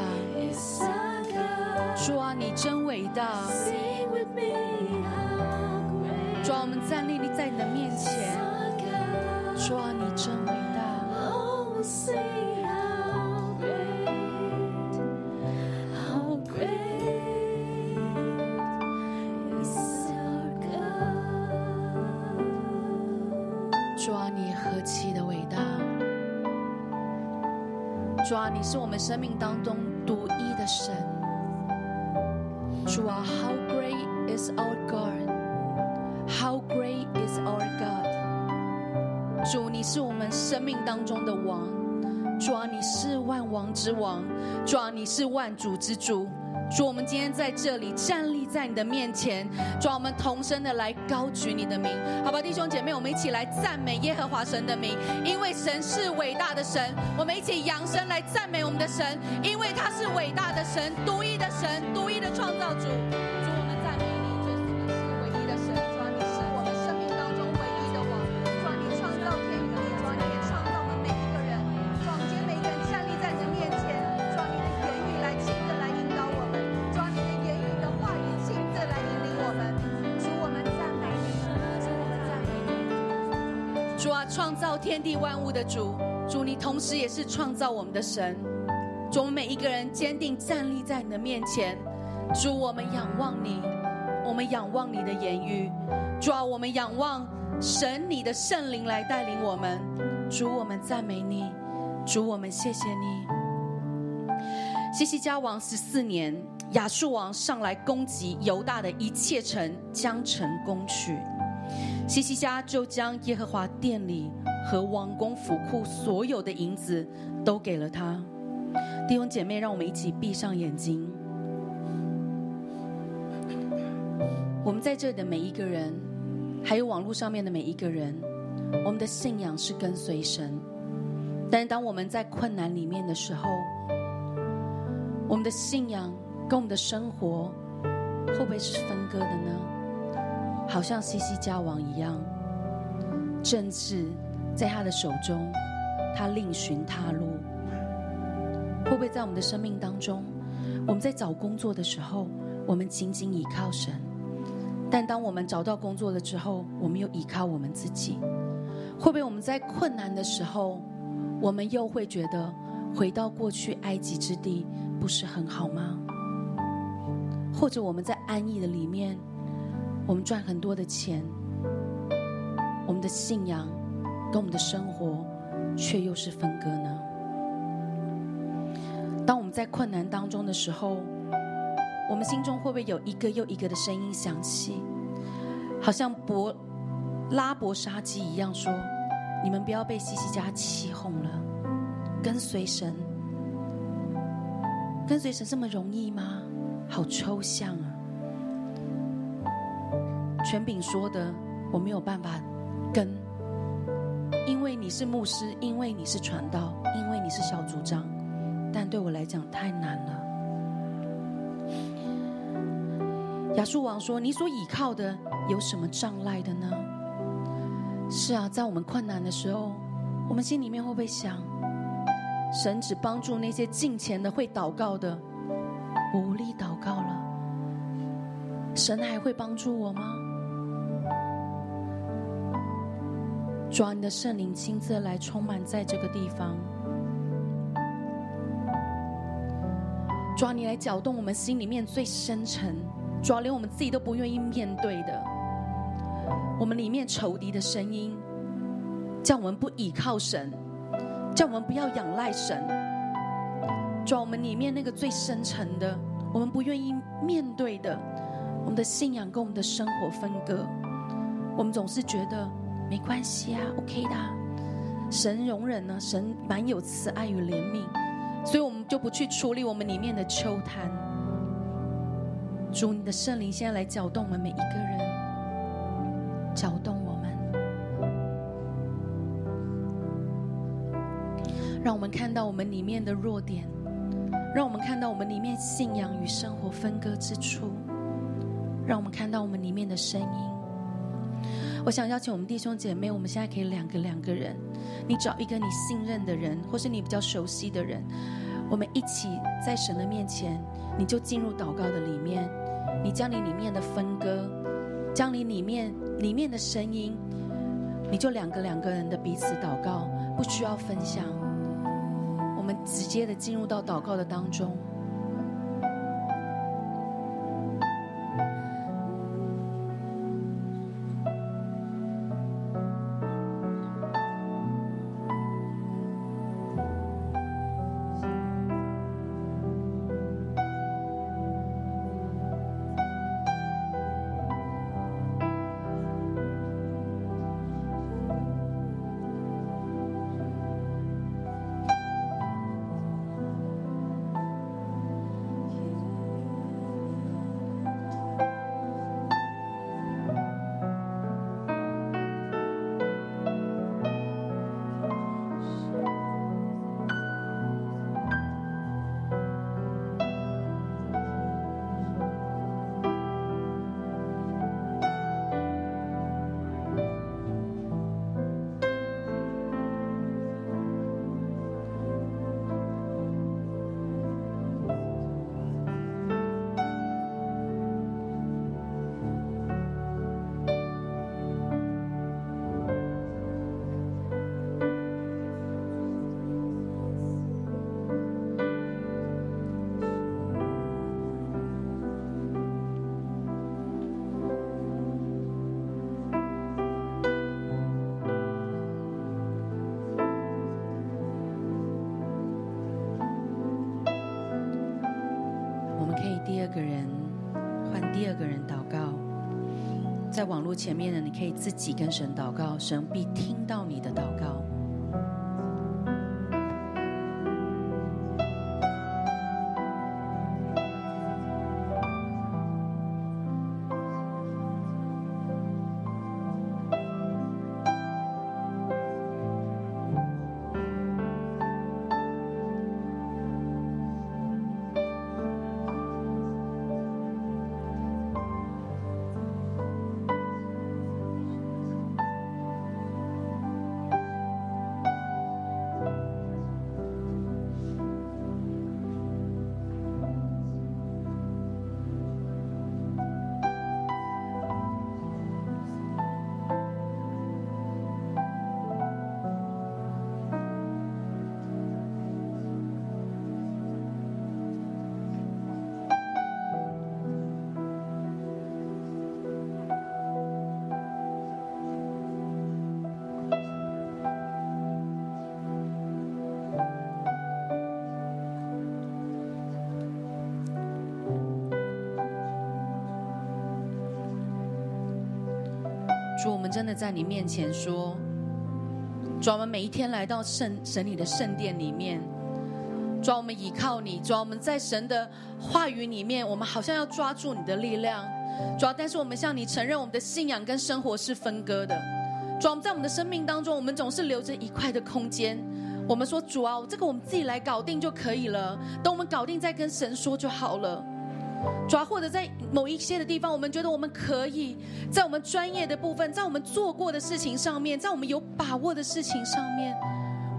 主啊，你真伟大！主啊，我们站立立在你的面前。主啊，你真伟大！主啊，你何其的伟大！主啊，你是我们生命当中独一的神。主啊，How great is our God? How great is our God? 主，你是我们生命当中的王。主啊，你是万王之王。主啊，你是万主之主。主，我们今天在这里站立在你的面前，主啊，我们同声的来高举你的名，好吧，弟兄姐妹，我们一起来赞美耶和华神的名，因为神是伟大的神，我们一起扬声来赞美我们的神，因为他是伟大的神，独一的神，独一的创造主。主，我们赞美你，这是你是唯一的神，主啊，你是我们生命当中唯一的王，主啊，你创造天地，主啊，你也创造我们每一个人，主啊，我们今天每一个人站立在你的面前，主啊，你的言语来亲自来引导我们，主啊，你的言语的话语亲自来引领我们，主，我们赞美你，主，我们赞美你。主啊，创造天地万物的主，主你同时也是创造我们的神。主，我们每一个人坚定站立在你的面前。主，我们仰望你，我们仰望你的言语。主啊，我们仰望神你的圣灵来带领我们。主，我们赞美你，主，我们谢谢你。西西家王十四年，亚述王上来攻击犹大的一切城，将城攻取。西西家就将耶和华殿里和王宫府库所有的银子都给了他。弟兄姐妹，让我们一起闭上眼睛。我们在这里的每一个人，还有网络上面的每一个人，我们的信仰是跟随神。但是当我们在困难里面的时候，我们的信仰跟我们的生活会不会是分割的呢？好像西西家王一样，政治在他的手中，他另寻他路。会不会在我们的生命当中，我们在找工作的时候，我们紧紧倚靠神，但当我们找到工作了之后，我们又倚靠我们自己？会不会我们在困难的时候，我们又会觉得回到过去埃及之地不是很好吗？或者我们在安逸的里面，我们赚很多的钱，我们的信仰跟我们的生活却又是分割呢？当我们在困难当中的时候，我们心中会不会有一个又一个的声音响起，好像伯拉伯杀鸡一样说：“你们不要被西西家起哄了，跟随神，跟随神这么容易吗？好抽象啊！”权柄说的，我没有办法跟，因为你是牧师，因为你是传道，因为你是小组长，但对我来讲太难了。亚述王说：“你所倚靠的有什么障碍的呢？”是啊，在我们困难的时候，我们心里面会不会想，神只帮助那些敬虔的、会祷告的，我无力祷告了。神还会帮助我吗？主啊，你的圣灵亲自来充满在这个地方。主啊，你来搅动我们心里面最深沉，主啊，连我们自己都不愿意面对的，我们里面仇敌的声音，叫我们不倚靠神，叫我们不要仰赖神。主啊，我们里面那个最深沉的，我们不愿意面对的，我们的信仰跟我们的生活分割，我们总是觉得没关系啊，OK 的啊、神容忍呢、神蛮有慈爱与怜悯，所以我们就不去处理我们里面的秋坛。主，你的圣灵现在来搅动我们每一个人，搅动我们，让我们看到我们里面的弱点，让我们看到我们里面信仰与生活分割之处。让我们看到我们里面的声音。我想邀请我们弟兄姐妹，我们现在可以两个两个人，你找一个你信任的人，或是你比较熟悉的人，我们一起在神的面前，你就进入祷告的里面，你将你里面的分割，将你里面里面的声音，你就两个两个人的彼此祷告，不需要分享，我们直接的进入到祷告的当中。我们可以第二个人换第二个人祷告，在网络前面呢，你可以自己跟神祷告，神必听到你的祷告。主，我们真的在你面前说，主啊，我们每一天来到圣神你的圣殿里面，主啊，我们倚靠你，主啊，我们在神的话语里面，我们好像要抓住你的力量，主啊，但是我们向你承认，我们的信仰跟生活是分割的，主啊，我们在我们的生命当中，我们总是留着一块的空间。我们说主啊，这个我们自己来搞定就可以了。等我们搞定再跟神说就好了。主啊，或者在某一些的地方，我们觉得我们可以在我们专业的部分，在我们做过的事情上面，在我们有把握的事情上面，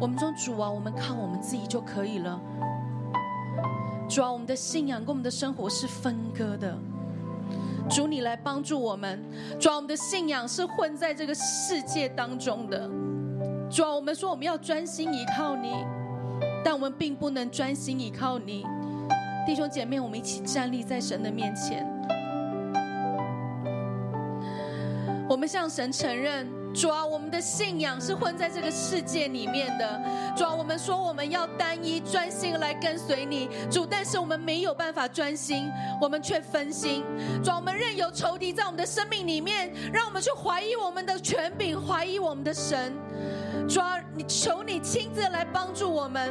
我们说主啊，我们靠我们自己就可以了。主啊，我们的信仰跟我们的生活是分割的。主，你来帮助我们。主啊，我们的信仰是混在这个世界当中的。主啊，我们说我们要专心依靠你，但我们并不能专心依靠你。弟兄姐妹，我们一起站立在神的面前，我们向神承认。主啊，我们的信仰是混在这个世界里面的。主啊，我们说我们要单一专心来跟随你，主，但是我们没有办法专心，我们却分心。主啊，我们任由仇敌在我们的生命里面，让我们去怀疑我们的权柄，怀疑我们的神。主啊，你求你亲自来帮助我们，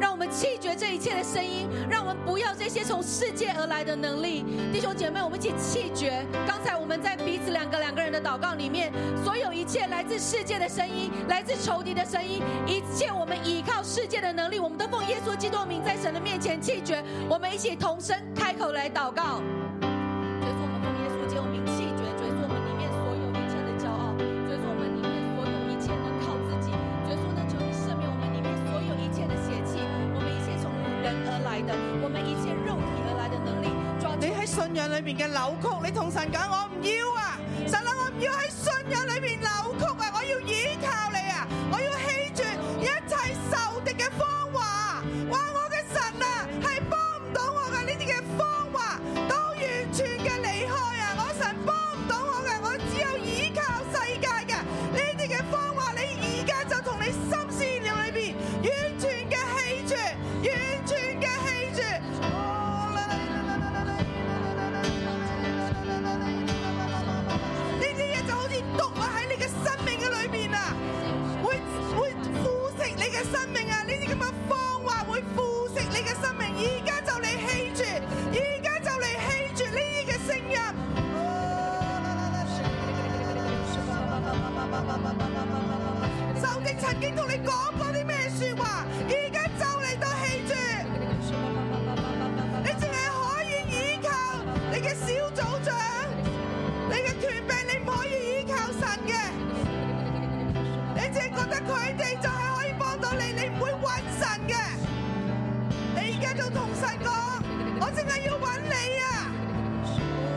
让我们弃绝这一切的声音，让我们不要这些从世界而来的能力。弟兄姐妹，我们一起弃绝。刚才我们在彼此两个两个人的祷告里面，所有一切来自世界的声音，来自仇敌的声音，一切我们依靠世界的能力，我们都奉耶稣基督的名在神的面前弃绝。我们一起同声开口来祷告。追溯我们奉耶稣基督的名气绝，追溯我们里面所有一切的骄傲，追溯我们里面所有一切能靠自己，追溯那求你赦免我们里面所有一切的邪气，我们一切从人来的，我们一切肉体而来的能力。主啊，你喺信仰裏面嘅扭曲，你同神講我唔要啊，神啊，我唔要喺信仰裏面扭曲啊，我要依靠你啊，我要棄絕一切仇敵嘅謊話。哇，我嘅神啊，係幫唔到我嘅呢啲嘅謊話，都完全嘅離開啊，我神幫唔到我嘅，我只有依靠世界嘅呢啲嘅謊話，你而家就同你心思意念裏邊完全嘅棄絕，完全嘅棄絕。哦啦啦啦啦啦啦啦呢啲嘢就好似毒啊喺你嘅生命嘅裏邊啊，會會腐蝕你嘅生命啊！呢啲咁嘅謊話會腐蝕你嘅生命，而家就嚟棄住，而家就嚟棄住呢啲嘅聲音。哦仇敵曾經同你講過啲咩説話，而家就嚟到棄住。你淨係可以依靠你嘅小組長，你嘅權柄，你唔可以依靠神嘅。你淨係覺得佢哋就係可以幫到你，你唔會揾神嘅。你而家就同神講，我淨係要揾你啊！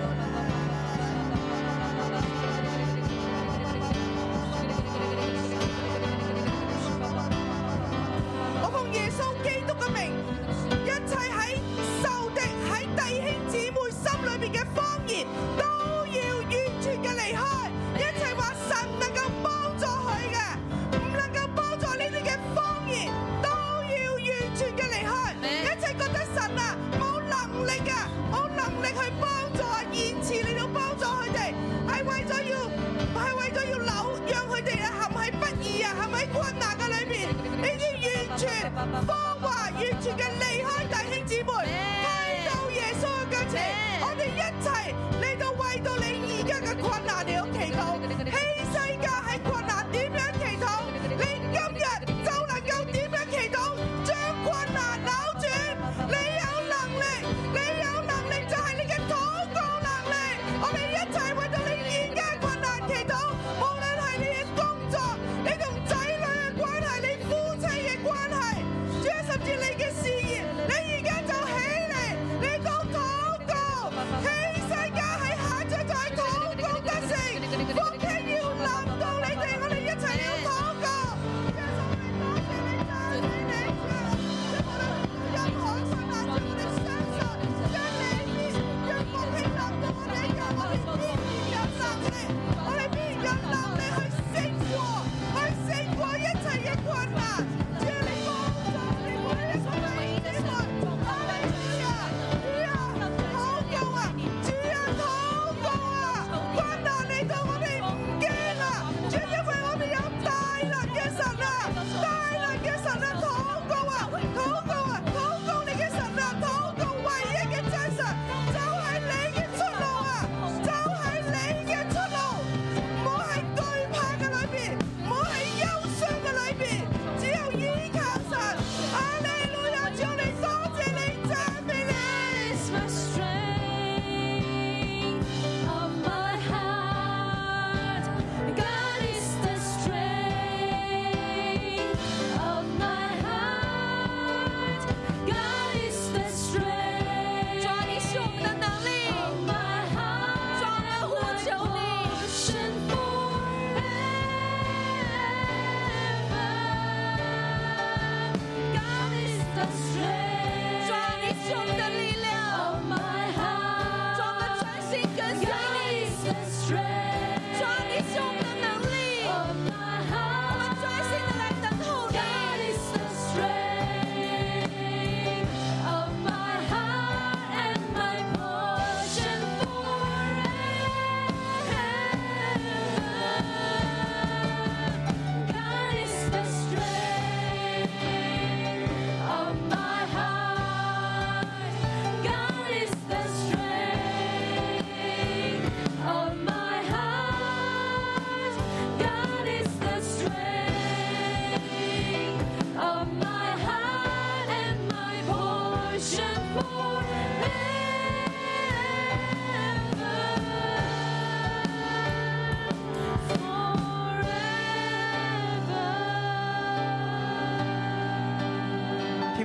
我奉耶穌基督嘅名，一切喺仇敵、喺弟兄姊妹心裏邊嘅謊言，都要完全嘅離開。一切話神唔能夠幫助佢嘅，唔能夠幫助呢啲嘅謊言，都要完全嘅離開。一切覺得神啊，啊啊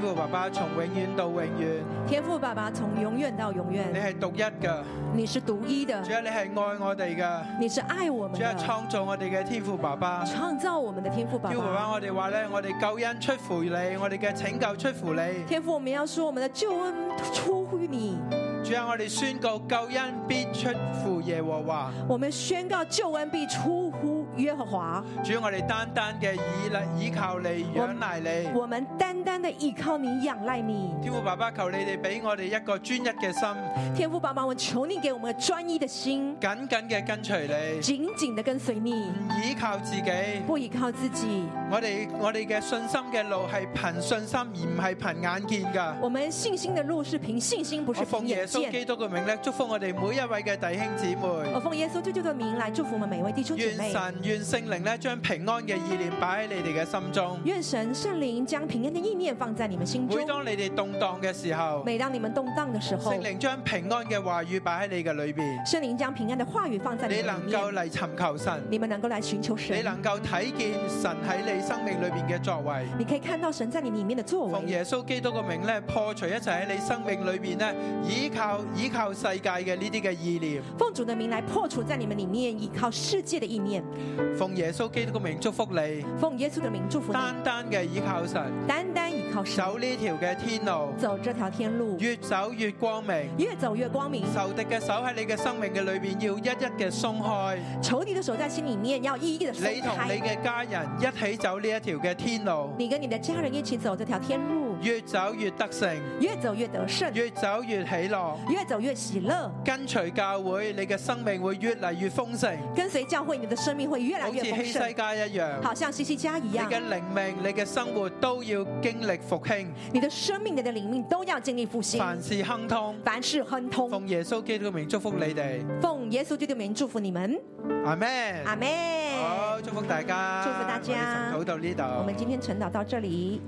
父爸爸從永遠到永遠，天父爸爸从永远到永你远，係獨一嘅，你是独一的主，啊，你係愛我哋嘅，你是爱我们主啊，的，創造我哋嘅天父爸爸。创造我们的天父爸天父爸爸，爸。我哋話咧，我哋救恩出乎你，我哋嘅拯救出乎你。天父，我们要说我们的救恩出乎你，主啊，我哋宣告救恩必出乎耶和華。我们宣告救恩必出乎耶和华。主，我哋單單嘅倚賴倚靠你，我仰賴你。我们单单的依靠你，仰赖你。天父爸爸，求你哋俾我哋一個專一嘅心，天父爸爸，我求你给我们专一的心，緊緊嘅跟隨你，紧紧的跟随你，唔倚靠自己。不依靠自己。我哋我哋嘅信心嘅路係憑信心而唔係憑眼見噶。我们信心的路是凭信心，不我是凭啊奉耶眼穌见。基督嘅名咧，祝福我哋每一位嘅弟兄姊我妹。奉耶稣基督的名来祝福我们每一位弟兄姐願妹。神願聖靈咧，將平安嘅意念擺喺你哋嘅心中。愿神圣灵将平安的意念放在你们心中每。當你哋動盪嘅時候，每当你们动荡的时候聖，靈將平安嘅話語擺喺你嘅裏边，圣灵将平安的话语放在你你们能里夠面，嚟尋求神，你们能够来寻求你神，能夠睇見神喺你生命裏边嘅作為。你可以看到神在你里面的作奉为。耶穌基督嘅名咧，破除一切喺你生命裏边咧倚靠倚靠世界嘅呢啲嘅意念。奉主的名来破除在你们里面依靠世界的意念。奉耶穌基督嘅名祝福你，奉耶稣的名祝福你，單單嘅倚靠神，单单依靠神，走呢條嘅天路，走这条天路，越走越光明。越走越光明。仇敵嘅手喺你嘅生命嘅裏边要一一嘅鬆開，仇敌的手在心里面要一一的松你同你开。嘅家人一起走呢一條嘅天路，你跟你的家人一起走这条天路，越走越得勝，越走越得胜，越走越喜樂。越走越喜乐。跟隨教會，你嘅生命會越嚟越豐盛，跟随教会，你的生命会越来好似越丰希西盛，家一樣。好像西西家一你样。嘅靈命、你嘅生活都要經歷復興，你的生命、你的灵命都要经历复兴，凡事亨通。凡事亨通。奉耶穌基督嘅名祝福你哋，奉耶稣基督的名祝福你们，阿咩？阿妹。好，祝福大家，祝福大家我哋晨禱到呢度，我们今天晨祷到这里。